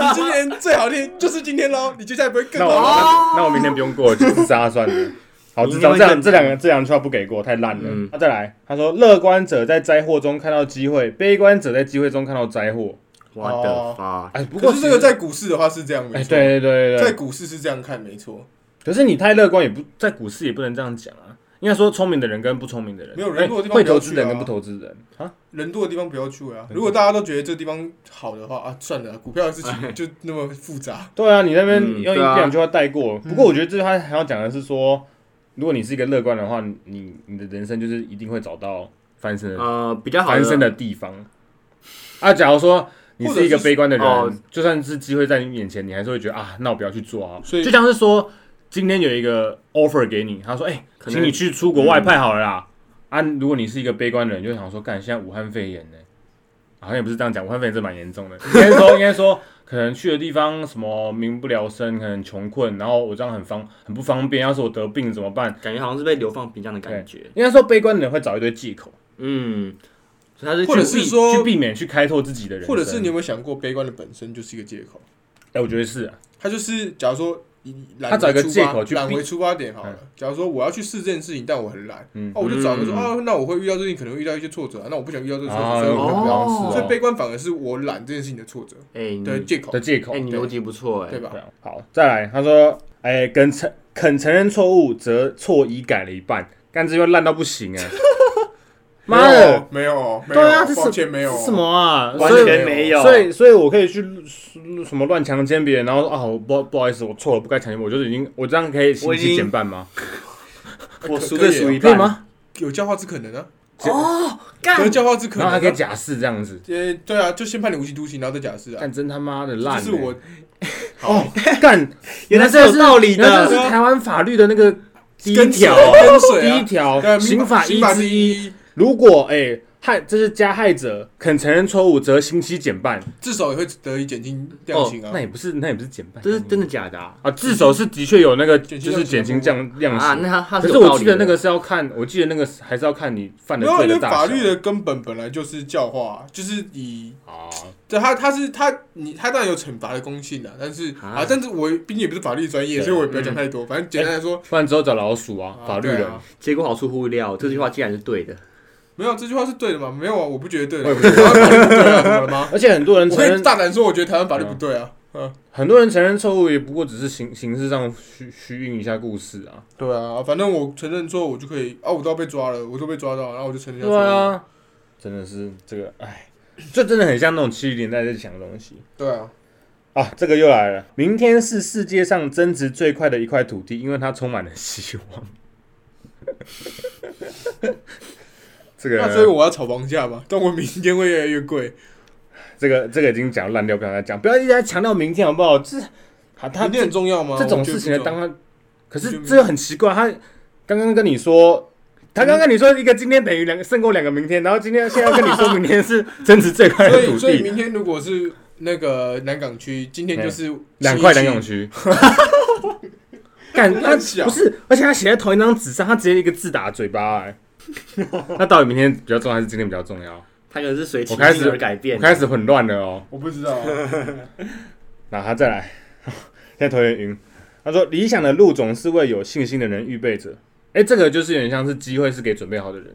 Speaker 1: 你今年最好的那天就是今天喽，你接下来不会更
Speaker 2: 那我啊
Speaker 1: 好吗？
Speaker 2: 那那我明天不用过了，就自杀 算了。好，
Speaker 4: 你
Speaker 2: 至
Speaker 4: 应
Speaker 2: 少
Speaker 4: 该
Speaker 2: 这
Speaker 4: 更
Speaker 2: 两这两个这两句话不给过，太烂了。那、
Speaker 4: 嗯
Speaker 2: 再来，他说乐观者在灾祸中看到机会，悲观者在机会中看到灾祸。
Speaker 4: 我
Speaker 1: 哦
Speaker 4: 的发，
Speaker 2: 哎，不过
Speaker 1: 可是这个在股市的话是这样，
Speaker 2: 哎，
Speaker 1: 没错，
Speaker 2: 对对对对
Speaker 1: 在
Speaker 2: 对，
Speaker 1: 股市是这样看，没错，
Speaker 2: 可是你太乐观也不在股市也不能这样讲啊。应该说聪明的人跟不聪明的人，
Speaker 1: 没有人
Speaker 2: 哎
Speaker 1: 多的地方
Speaker 2: 会
Speaker 1: 不要
Speaker 2: 投资
Speaker 1: 去
Speaker 2: 人
Speaker 1: 啊嗯
Speaker 2: 跟不投资人啊。
Speaker 1: 人多的地方不要去啊。如果大家都觉得这地方好的话啊，算了，股票的事
Speaker 2: 哎
Speaker 1: 情就那么复杂，
Speaker 2: 对啊，你那边
Speaker 4: 嗯
Speaker 2: 用一
Speaker 4: 对啊
Speaker 2: 两句话带过。
Speaker 1: 嗯
Speaker 2: 不过我觉得这他还要讲的是说，如果你是一个乐观的话，你你的人生就是一定会找到翻身的
Speaker 1: 啊
Speaker 4: 呃，比较好
Speaker 2: 翻身的地方。啊，假如说你是一个悲观的人，
Speaker 4: 或者是
Speaker 2: 就算是机会在你面前，你还是会觉得啊，那我不要去做啊。
Speaker 1: 所以
Speaker 2: 就像是说，今天有一个 offer 给你，他说，哎、
Speaker 4: 可能
Speaker 2: 请你去出国外派好了啦。啊，如果你是一个悲观的人，就想说，干，现在武汉肺炎呢、好像也不是这样讲，武汉肺炎是蛮严重的。应该说，应该说，可能去的地方什么民不聊生，可能穷困，然后我这样很方很不方便。要是我得病怎么办？
Speaker 4: 感觉好像是被流放平这样的感觉。
Speaker 2: 应该说，悲观的人会找一堆借口。
Speaker 4: 嗯，所以他是
Speaker 1: 或者
Speaker 4: 去
Speaker 1: 是
Speaker 4: 避
Speaker 2: 去
Speaker 1: 说，
Speaker 2: 避免去开拓自己的人生，
Speaker 1: 或者是你有没有想过，悲观的本身就是一个借口？
Speaker 2: 哎，我觉得是啊，
Speaker 1: 他就是假如说以懒
Speaker 2: 他找一个
Speaker 1: 为出发
Speaker 2: 借口去
Speaker 1: 懒
Speaker 2: 逼
Speaker 1: 为出发点好了。假如说我要去试这件事情，但我很懒，
Speaker 2: 嗯
Speaker 1: 哦，我就找一个说
Speaker 4: 嗯
Speaker 1: 哦，那我会遇到最近可能会遇到一些挫折啊，那我不想遇到这个挫折，
Speaker 2: 啊，
Speaker 1: 所以我
Speaker 4: 哦
Speaker 1: 不要。
Speaker 2: 好
Speaker 1: 所
Speaker 2: 像
Speaker 1: 以
Speaker 2: 是
Speaker 1: 悲观反而是我懒这件事情的挫折
Speaker 4: 哎、你
Speaker 1: 的借口
Speaker 2: 哦的，借口
Speaker 4: 哎、，你
Speaker 1: 对
Speaker 4: 逻辑不错哎、
Speaker 1: 对吧
Speaker 2: 对？啊好，再来，他说，哎，肯承肯承认错误，则错已改了一半，干这又烂到不行哎，妈的，
Speaker 1: 没有哦，没有哦，没有
Speaker 2: 对啊，
Speaker 1: 哦
Speaker 2: 这
Speaker 1: 抱
Speaker 2: 是
Speaker 1: 歉没有哦，
Speaker 2: 什么啊？
Speaker 5: 完
Speaker 2: 所以
Speaker 5: 全没有。
Speaker 2: 所以，所以我可以去什么乱强奸别人，然后说啊，我不不好意思，我错了，不该强奸，我就是已经，我这样可以刑
Speaker 5: 我已
Speaker 2: 期
Speaker 5: 经
Speaker 2: 减半吗？
Speaker 5: 我输
Speaker 1: 可以
Speaker 5: 这
Speaker 1: 哦
Speaker 5: 输一
Speaker 2: 可以
Speaker 5: 半？
Speaker 2: 吗？
Speaker 1: 有教化之可能啊？
Speaker 4: 干
Speaker 1: 有教化之可
Speaker 2: 哦然
Speaker 1: 能啊，
Speaker 2: 后还可以假释这样子，
Speaker 1: 呃，对啊，就先判你无期徒刑，然后再假释啊
Speaker 2: 干。真他妈的烂
Speaker 1: 这
Speaker 2: 哎，
Speaker 1: 是我
Speaker 2: 哦，干，
Speaker 5: 原来是有道理的
Speaker 2: 原来这是台湾法律的那个第一
Speaker 1: 跟
Speaker 2: 条，
Speaker 1: 跟水
Speaker 2: 第一
Speaker 1: 啊，
Speaker 2: 条
Speaker 1: 对
Speaker 2: 刑法一
Speaker 1: 刑法
Speaker 2: 之
Speaker 1: 之
Speaker 2: 一，
Speaker 1: 一，
Speaker 2: 如果哎害这是加害者肯承认错误，则刑期减半。
Speaker 1: 至少也会得以减轻量刑啊
Speaker 2: 那。也不是，那也不是减半，
Speaker 4: 这是真的假的啊？
Speaker 2: 啊，至少是的确有那个
Speaker 1: 减
Speaker 2: 就
Speaker 1: 轻
Speaker 2: 是减轻降量
Speaker 4: 啊，
Speaker 2: 刑。
Speaker 4: 那他他
Speaker 2: 嗯可
Speaker 4: 是
Speaker 2: 是
Speaker 4: 有道
Speaker 2: 我
Speaker 4: 理
Speaker 2: 记
Speaker 4: 的
Speaker 2: 得那个是要看，我记得那个还是要看你犯
Speaker 1: 没
Speaker 2: 的
Speaker 1: 有，啊
Speaker 2: 罪
Speaker 1: 因为
Speaker 2: 的大小。
Speaker 1: 法律的根本本来就是教化，就是以
Speaker 2: 啊，
Speaker 1: 对他，他是他，你他当然有惩罚的公信啊，但是
Speaker 4: 啊
Speaker 1: 啊，但是我毕竟也不是法律专业，
Speaker 2: 对啊嗯哎
Speaker 1: 所以我也不要讲太多。反正简单来说，
Speaker 2: 不然之后找老鼠啊，
Speaker 1: 啊
Speaker 2: 法律
Speaker 1: 对
Speaker 2: 人。
Speaker 1: 啊
Speaker 4: 结果好出乎意料，这句话竟然是对的。
Speaker 1: 没有这句话是对的吗？没有啊，我不觉得对的。
Speaker 2: 我也
Speaker 1: 不觉得对啊，怎么了 吗？
Speaker 2: 而且很多人
Speaker 1: 我
Speaker 2: 承
Speaker 1: 可以
Speaker 2: 认，
Speaker 1: 大胆说，我觉得台湾法律不对啊。嗯，
Speaker 2: 很多人承认错误，也不过只是形形式上虚虚应一下故事啊。
Speaker 1: 对啊，反正我承认错，我就可以啊，我都要被抓了，我都被抓到，然后我就承认要
Speaker 2: 对
Speaker 1: 错误。
Speaker 2: 啊，真的是这个，哎，这真的很像那种七十年代在讲的东西
Speaker 1: 对啊，
Speaker 2: 啊。这个又来了，明天是世界上增值最快的一块土地，因为它充满了希望。 这
Speaker 1: 那所以
Speaker 2: 个，
Speaker 1: 我要炒房价嘛，但我明天会越来越贵。
Speaker 2: 这个，这个已经讲烂掉，不想再讲，不要一直在强调明天好不好？这，啊，他
Speaker 1: 明天
Speaker 2: 这
Speaker 1: 很重要吗？
Speaker 2: 这种
Speaker 1: 我觉得
Speaker 2: 事情的
Speaker 1: 不重要
Speaker 2: 当然，可
Speaker 1: 我觉
Speaker 2: 是
Speaker 1: 得
Speaker 2: 这又很奇怪，他刚刚跟你说。他刚刚跟你说一个今天等于两个胜过两个明天，然后今天现在要跟你说明天是增值最快的
Speaker 1: 所
Speaker 2: 土
Speaker 1: 以所以
Speaker 2: 地，
Speaker 1: 明天如果是那个南港区，今天就是
Speaker 2: 哎两块南
Speaker 1: 南
Speaker 2: 港 区，干
Speaker 1: 乱
Speaker 2: 他
Speaker 1: 想
Speaker 2: 不是，而且他写在同一张纸上，他直接一个字打嘴巴、 哎，那到底明天比较重要还是今天比较重要？
Speaker 4: 他可能是随情
Speaker 2: 我开始
Speaker 4: 境而改变
Speaker 2: 我。开始混乱了哦。
Speaker 1: 我不知道、啊，
Speaker 2: 那他再来，现在头有点晕。他说：“理想的路总是为有信心的人预备着。”哎，这个就是有点像是机会是给准备好的人。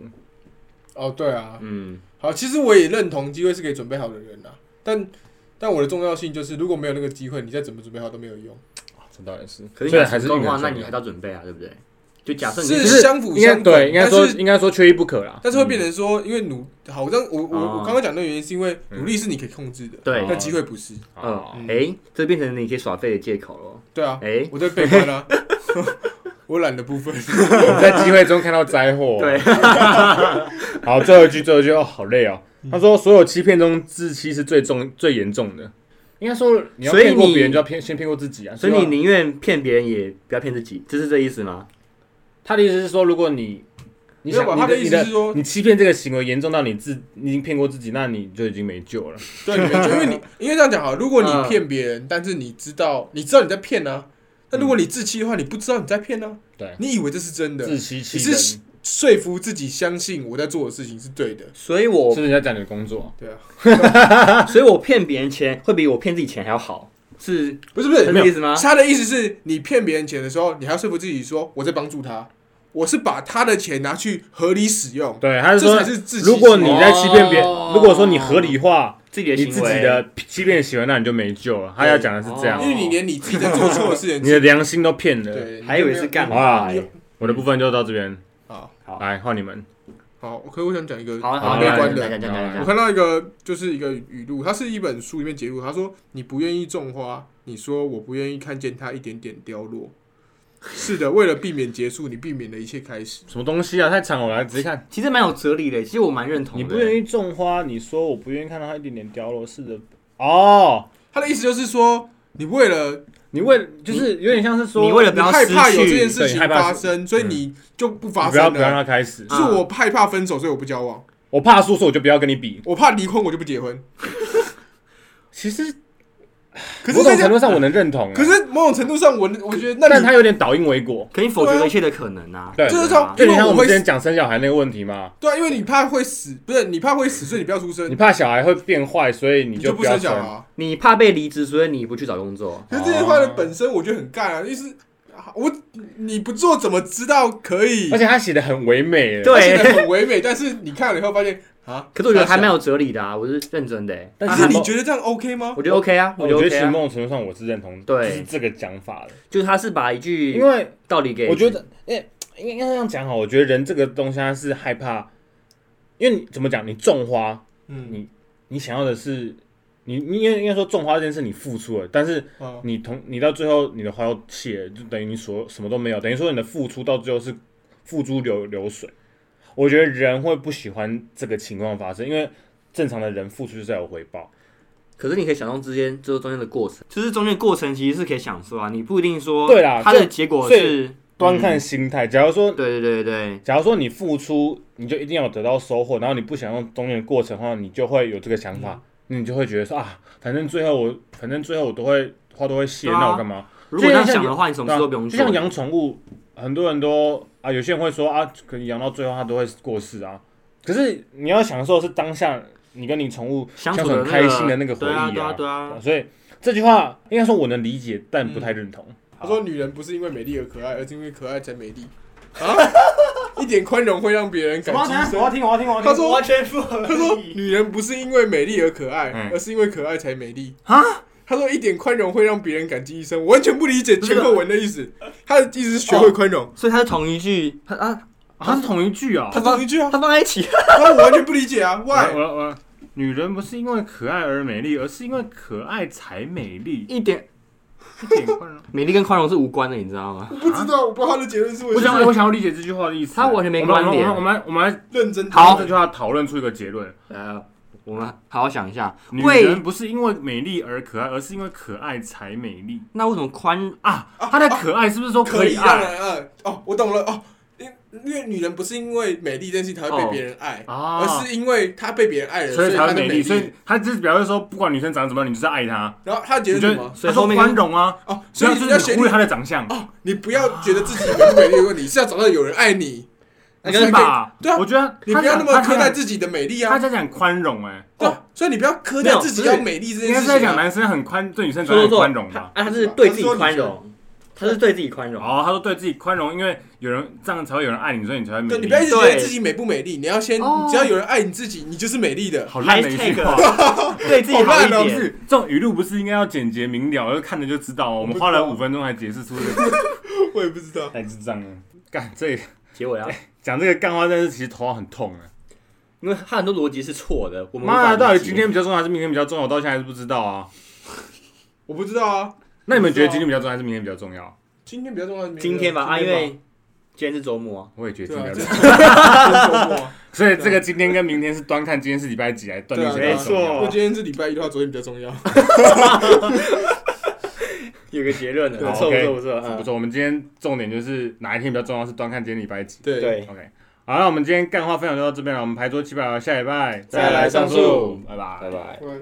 Speaker 1: 哦，对啊，
Speaker 4: 嗯，
Speaker 1: 好，其实我也认同机会是给准备好的人啊，但但我的重要性就是，如果没有那个机会，你再怎么准备好都没有用。
Speaker 2: 这倒也是，
Speaker 4: 可
Speaker 2: 虽
Speaker 4: 是你
Speaker 2: 然还
Speaker 4: 成
Speaker 2: 是
Speaker 4: 功
Speaker 2: 硬
Speaker 4: 的话，
Speaker 2: 很
Speaker 4: 那
Speaker 2: 重
Speaker 4: 你
Speaker 2: 要
Speaker 4: 还要准备啊，对不对？就假设你
Speaker 1: 是
Speaker 2: 就是
Speaker 1: 相辅
Speaker 2: 应该
Speaker 1: 相成
Speaker 2: 对，应该说
Speaker 1: 但是
Speaker 2: 应该说缺一不可啦。
Speaker 1: 但是会变成说，因为努好像我我、
Speaker 4: 哦
Speaker 1: 我刚刚讲的原因是因为
Speaker 2: 嗯
Speaker 1: 努力是你可以控制的，
Speaker 4: 对
Speaker 1: 但机会不是。
Speaker 4: 嗯，
Speaker 2: 啊
Speaker 4: 哎、，这变成你可以耍废的借口了。
Speaker 1: 对啊，
Speaker 4: 哎、
Speaker 1: 我在背叛啊， 我懒的部分。
Speaker 2: 我们在机会中看到灾祸。
Speaker 4: 对，
Speaker 2: 好，最后一句，最后一句，哦，好累哦。他说，所有欺骗中，自欺是最重、最严重的。应该说，你要
Speaker 4: 所以
Speaker 2: 骗过别人，
Speaker 4: 你
Speaker 2: 就要骗先骗过自己啊。
Speaker 4: 所以
Speaker 2: 是
Speaker 4: 你
Speaker 2: 吧
Speaker 4: 宁愿骗别人，也不要骗自己，这是这意思吗？
Speaker 2: 他的意思是说，如果你 你
Speaker 1: 没有
Speaker 2: 想
Speaker 1: 吧？
Speaker 2: 你
Speaker 1: 他
Speaker 2: 的
Speaker 1: 意
Speaker 2: 你
Speaker 1: 思
Speaker 2: 的
Speaker 1: 是说，
Speaker 2: 你欺骗这个行为严重到你自你已经骗过自己，那你就已经没救了。
Speaker 1: 对，你没错因为你因为这样讲好，如果你
Speaker 4: 嗯
Speaker 1: 骗别人，但是你知道你知道你在骗啊，那如果你自欺的话，你不知道你在骗啊，
Speaker 2: 对，
Speaker 1: 你以为这是真的，
Speaker 2: 自欺欺
Speaker 1: 你是
Speaker 2: 人，
Speaker 1: 说服自己相信我在做的事情是对的。
Speaker 4: 所以我
Speaker 2: 是不是在讲你的工作？
Speaker 1: 对啊，
Speaker 4: 所以我骗别人钱会比我骗自己钱还要好，是
Speaker 1: 不是不是
Speaker 4: 是，这个意思吗？
Speaker 1: 他的意思是你骗别人钱的时候，你还要说服自己说我在帮助他，我是把他的钱拿去合理使用，
Speaker 2: 对，他是
Speaker 1: 这
Speaker 2: 说
Speaker 1: 才，是自欺欺人。
Speaker 2: 如果你在欺骗别人，
Speaker 4: 哦
Speaker 2: 如果说你合理化
Speaker 4: 自己
Speaker 2: 你
Speaker 4: 的
Speaker 2: 自
Speaker 4: 行
Speaker 2: 己
Speaker 4: 为
Speaker 2: 的欺骗行为，那你就没救了。他要讲的是这样
Speaker 1: 因，为你连你自己在做错的事情，
Speaker 2: 你的良心都骗了。
Speaker 1: 对，
Speaker 4: 还以为是干
Speaker 2: 好啊
Speaker 4: 嘛、欸？
Speaker 2: 我的部分就到这边，
Speaker 1: 好
Speaker 4: 好
Speaker 2: 来换你们。
Speaker 1: 好，可以我想讲一个
Speaker 4: 好
Speaker 2: 好
Speaker 4: 好，
Speaker 1: 悲
Speaker 4: 来
Speaker 1: 观的
Speaker 4: 来。讲讲讲
Speaker 1: 我
Speaker 4: 讲，
Speaker 1: 看到一个就是一个语录，它是一本书里面截录，他说：“你不愿意种花，你说我不愿意看见它一点点凋落。”是的，为了避免结束，你避免了一切开始。
Speaker 2: 什么东西啊？太长了，我来直接看。
Speaker 4: 其实蛮有哲理的，其实我蛮认同的。
Speaker 2: 意种花，你说我不愿意看到它一点点凋落，是的。哦，
Speaker 1: 他的意思就是说，你为了
Speaker 2: 你为就是有点像是说，
Speaker 4: 你为了
Speaker 1: 你
Speaker 4: 不要
Speaker 1: 害
Speaker 4: 失
Speaker 1: 怕有这件
Speaker 4: 去，
Speaker 1: 事情
Speaker 2: 对害怕
Speaker 1: 发生，所以
Speaker 2: 嗯
Speaker 1: 你就不
Speaker 2: 你
Speaker 1: 发
Speaker 2: 不要
Speaker 1: 生啊
Speaker 2: 不要让
Speaker 1: 了。
Speaker 2: 它开始。
Speaker 1: 是我害怕分手，所以我不交往；
Speaker 2: 我怕输，所以我就不要跟你比。
Speaker 1: 我怕离婚，我就不结婚。
Speaker 2: 其实
Speaker 1: 可是
Speaker 2: 某
Speaker 1: 这
Speaker 2: 种程
Speaker 1: 样，
Speaker 2: 度上我能认同啊，
Speaker 1: 可是某种程度上，我我觉得那
Speaker 2: 但
Speaker 1: 你
Speaker 2: 他有点倒因为果。
Speaker 4: 可以否决了一切的可能啊。
Speaker 2: 对，
Speaker 1: 就是
Speaker 4: 对
Speaker 1: 说
Speaker 4: 啊，
Speaker 2: 就
Speaker 1: 因
Speaker 2: 你
Speaker 1: 为
Speaker 2: 像我
Speaker 1: 我会
Speaker 2: 们之前讲生小孩那个问题嘛，
Speaker 1: 对啊，因为你怕会死，不是你怕会死，所以你不要出
Speaker 2: 你
Speaker 1: 生，
Speaker 2: 怕小孩会变坏，所以
Speaker 1: 你
Speaker 2: 你就
Speaker 1: 不
Speaker 2: 要
Speaker 1: 生小孩
Speaker 2: 生。
Speaker 1: 啊。
Speaker 4: 你怕被离职，所以你不去找工作。
Speaker 1: 可是这些话的
Speaker 2: 哦
Speaker 1: 本身，我觉得很干啊，就是啊我你不做怎么知道可以？
Speaker 2: 而且他写的很唯美，
Speaker 4: 对
Speaker 1: 而且很唯美，但是你看了以后发现啊，
Speaker 4: 可是我觉得还蛮
Speaker 1: 有。
Speaker 4: 有哲理的啊，我是认真的欸。
Speaker 2: 但
Speaker 1: 可
Speaker 2: 是
Speaker 1: 是
Speaker 2: 某
Speaker 1: 你觉得这样 OK 吗？
Speaker 4: 我觉得 OK 啊，
Speaker 2: 我
Speaker 4: 觉
Speaker 2: 觉得
Speaker 4: 得 OK
Speaker 2: 其实
Speaker 4: 啊，
Speaker 2: 某种程度上我是认同，
Speaker 4: 对
Speaker 2: 就是这个讲法的，
Speaker 4: 就是他是把一句
Speaker 2: 因为
Speaker 4: 道理给，
Speaker 2: 我觉得，哎，应该应该这样讲好，我觉得人这个东西他是害怕，因为你怎么讲，你种花，
Speaker 1: 嗯
Speaker 2: 你想要的是。你你应该应该说种花这件事你付出了，但是
Speaker 1: 啊，
Speaker 2: 你同你到最后你的花又谢了，就等于你所什么都没有，等于说你的付出到最后是付诸流流水。我觉得人会不喜欢这个情况发生，因为正常的人付出就是要有回报。
Speaker 4: 可是你可以享受之间，就是中间的过程，就是中间的过程其实是可以享受啊，你不一定说
Speaker 2: 对啦
Speaker 4: 它
Speaker 2: 这
Speaker 4: 的结果
Speaker 2: 所以
Speaker 4: 是
Speaker 2: 端看心态。假如说，
Speaker 4: 对对对对
Speaker 2: 假如说你付出，你就一定要得到收获，然后你不想用中间的过程的话，你就会有这个想法，
Speaker 4: 嗯
Speaker 2: 你就会觉得说啊，反正最后我，反正最后我都会花都会谢，
Speaker 4: 对啊
Speaker 2: 那我干嘛？
Speaker 4: 如果这样想的话，你什么
Speaker 2: 对啊
Speaker 4: 事都不用
Speaker 2: 就
Speaker 4: 做。
Speaker 2: 像养宠物，很多人都啊，有些人会说啊，可能养到最后它都会过世啊。可是你要享受是当下你跟你宠物
Speaker 4: 相
Speaker 2: 处
Speaker 4: 的
Speaker 2: 很
Speaker 4: 那个
Speaker 2: 开心的那个回
Speaker 4: 对
Speaker 2: 忆
Speaker 4: 啊对啊对啊，
Speaker 2: 所以这句话应该说我能理解，但不太认同。
Speaker 4: 嗯
Speaker 1: 他说女人不是因为美丽而可爱，而是因为可爱才美丽啊。一点宽容会让别人感
Speaker 3: 啊
Speaker 1: 激
Speaker 2: 啊我要
Speaker 1: 生。
Speaker 2: 听，我要听，我要
Speaker 1: 他说
Speaker 3: 完全不合理。
Speaker 1: 他说女人不是因为美丽而可爱，
Speaker 2: 嗯
Speaker 1: 而是因为可爱才美丽啊。他说一点宽容会让别人感激一生，我完全不理解前后文的意 思。他的意思是学会宽
Speaker 2: 哦
Speaker 1: 容，
Speaker 4: 所以它是同一句，它啊，
Speaker 2: 它是同一句啊
Speaker 1: 他同一句啊
Speaker 4: 它，放在一起，
Speaker 1: 啊，我完全不理解啊
Speaker 2: 我
Speaker 1: ，why？
Speaker 2: 我我，女人不是因为可爱而美丽，而是因为可爱才美 丽。
Speaker 4: 一点
Speaker 2: 一点宽容。
Speaker 4: 美丽跟宽容是无关的，你知道吗？
Speaker 1: 我不知道，我不知道他的结论是为
Speaker 2: 我
Speaker 1: 什
Speaker 2: 想，
Speaker 1: 么。
Speaker 2: 我想要理解这句话的意思。
Speaker 4: 他完全没
Speaker 2: 我们
Speaker 4: 观点
Speaker 2: 我们我们我们我们
Speaker 1: 认真
Speaker 2: 来
Speaker 1: 讨
Speaker 2: 这
Speaker 1: 论，
Speaker 2: 句话讨论出一个结论：
Speaker 4: 呃，我们好好想一下，
Speaker 2: 女
Speaker 4: 为
Speaker 2: 人不是因为美丽而可爱，而是因为可爱才美丽
Speaker 4: 那为什么宽
Speaker 2: 啊！她的可爱是不是说
Speaker 1: 可以
Speaker 2: 以啊
Speaker 1: 让
Speaker 2: 爱
Speaker 1: 人爱。哦，我懂了哦，因因为女人不是因为美丽这件事情才会被别人爱，而
Speaker 2: 啊？
Speaker 1: 是因为她被别人爱了，
Speaker 2: 所以才
Speaker 1: 她
Speaker 2: 会
Speaker 1: 是
Speaker 2: 美
Speaker 1: 丽。
Speaker 2: 丽，所以她就是表示说，不管女生长得怎么样，你就是爱她。
Speaker 1: 然后她觉
Speaker 2: 你
Speaker 1: 得
Speaker 2: 觉
Speaker 1: 什
Speaker 2: 得
Speaker 1: 么？
Speaker 4: 所
Speaker 2: 她
Speaker 4: 以
Speaker 2: 说
Speaker 4: 后面
Speaker 2: 宽容啊，
Speaker 1: 哦，所
Speaker 2: 所
Speaker 1: 以
Speaker 2: 以
Speaker 1: 你
Speaker 2: 就
Speaker 1: 要
Speaker 2: 是
Speaker 1: 学
Speaker 2: 你忽略她的长相，
Speaker 1: 哦，你不要觉得自己美不美丽的问题，是要找到有人爱你，
Speaker 2: 那
Speaker 1: 所以
Speaker 2: 个吧？
Speaker 1: 对啊
Speaker 2: 我觉得
Speaker 1: 你
Speaker 2: 她
Speaker 1: 你不要那
Speaker 2: 讲
Speaker 1: 么
Speaker 2: 她
Speaker 1: 苛
Speaker 2: 讲
Speaker 1: 待自己的美丽
Speaker 2: 他
Speaker 1: 啊。
Speaker 2: 在讲宽容、欸，
Speaker 1: 对啊，所以你不要苛待自己
Speaker 2: 没有
Speaker 1: 要美丽这
Speaker 2: 哎，应该
Speaker 1: 件
Speaker 2: 是
Speaker 1: 事
Speaker 2: 在
Speaker 1: 情
Speaker 2: 讲
Speaker 1: 啊。
Speaker 2: 男生很宽，对女生
Speaker 4: 说
Speaker 2: 很
Speaker 4: 说说
Speaker 2: 宽容吧。
Speaker 4: 啊，他是对自己宽容，他是对自己宽容。
Speaker 2: 哦，他说对自己宽容，因为有人这样才会有人爱你，所以你才会美
Speaker 1: 对，你
Speaker 2: 丽
Speaker 1: 不。要一直觉得
Speaker 4: 对
Speaker 1: 自己美不美丽，你要先，
Speaker 4: 哦
Speaker 1: 你只要有人爱你自己，你就是美丽 的。
Speaker 2: 好烂的一句话，
Speaker 4: 对自己
Speaker 1: 好
Speaker 4: 好一
Speaker 1: 烂哦
Speaker 2: 不
Speaker 4: 点。
Speaker 2: 是这种语录不是应该要简洁明了，而看着就知道哦。我们花了五分钟才解释出这个，
Speaker 1: 我也不知道。
Speaker 2: 太智障了。 干这
Speaker 4: 结尾啊，
Speaker 2: 讲这个干话，但是其实头很痛啊。
Speaker 4: 因为他很多逻辑是错的。我们
Speaker 2: 妈
Speaker 4: 无
Speaker 2: 的，
Speaker 4: 法
Speaker 2: 到
Speaker 4: 理
Speaker 2: 底
Speaker 4: 解
Speaker 2: 今天比较重要还是明天比较重要？我到现在还是不知道啊。
Speaker 1: 我不知道啊，
Speaker 2: 那你们觉得今天比较重要还是明天比较重要？
Speaker 1: 今天比较重要。
Speaker 4: 今天吧啊，因
Speaker 1: 今
Speaker 4: 为今天是周末啊，
Speaker 2: 我也觉得今
Speaker 1: 对
Speaker 2: 天
Speaker 1: 啊， 这
Speaker 2: 比较
Speaker 1: 是
Speaker 2: 重要。
Speaker 1: 周末啊。
Speaker 2: 所以这啊个今天跟明天是端看今天是礼拜几来断定谁比较重
Speaker 1: 如果
Speaker 2: 要。
Speaker 1: 今天是礼拜一的话，昨天比较重要。
Speaker 4: 有个结论的，
Speaker 2: 对
Speaker 4: 不错不
Speaker 2: 哦 OK
Speaker 4: 错不错，
Speaker 2: 不
Speaker 4: 嗯
Speaker 2: 错，我们今天重点就是哪一天比较重要，是端看今天礼拜几。
Speaker 1: 对，
Speaker 4: 对，
Speaker 2: OK，好，那我们今天干话分享就到这边了，我们牌桌七百，下礼拜
Speaker 4: 再来上
Speaker 2: 上
Speaker 4: 树
Speaker 2: 拜拜，
Speaker 4: 拜拜。
Speaker 1: 我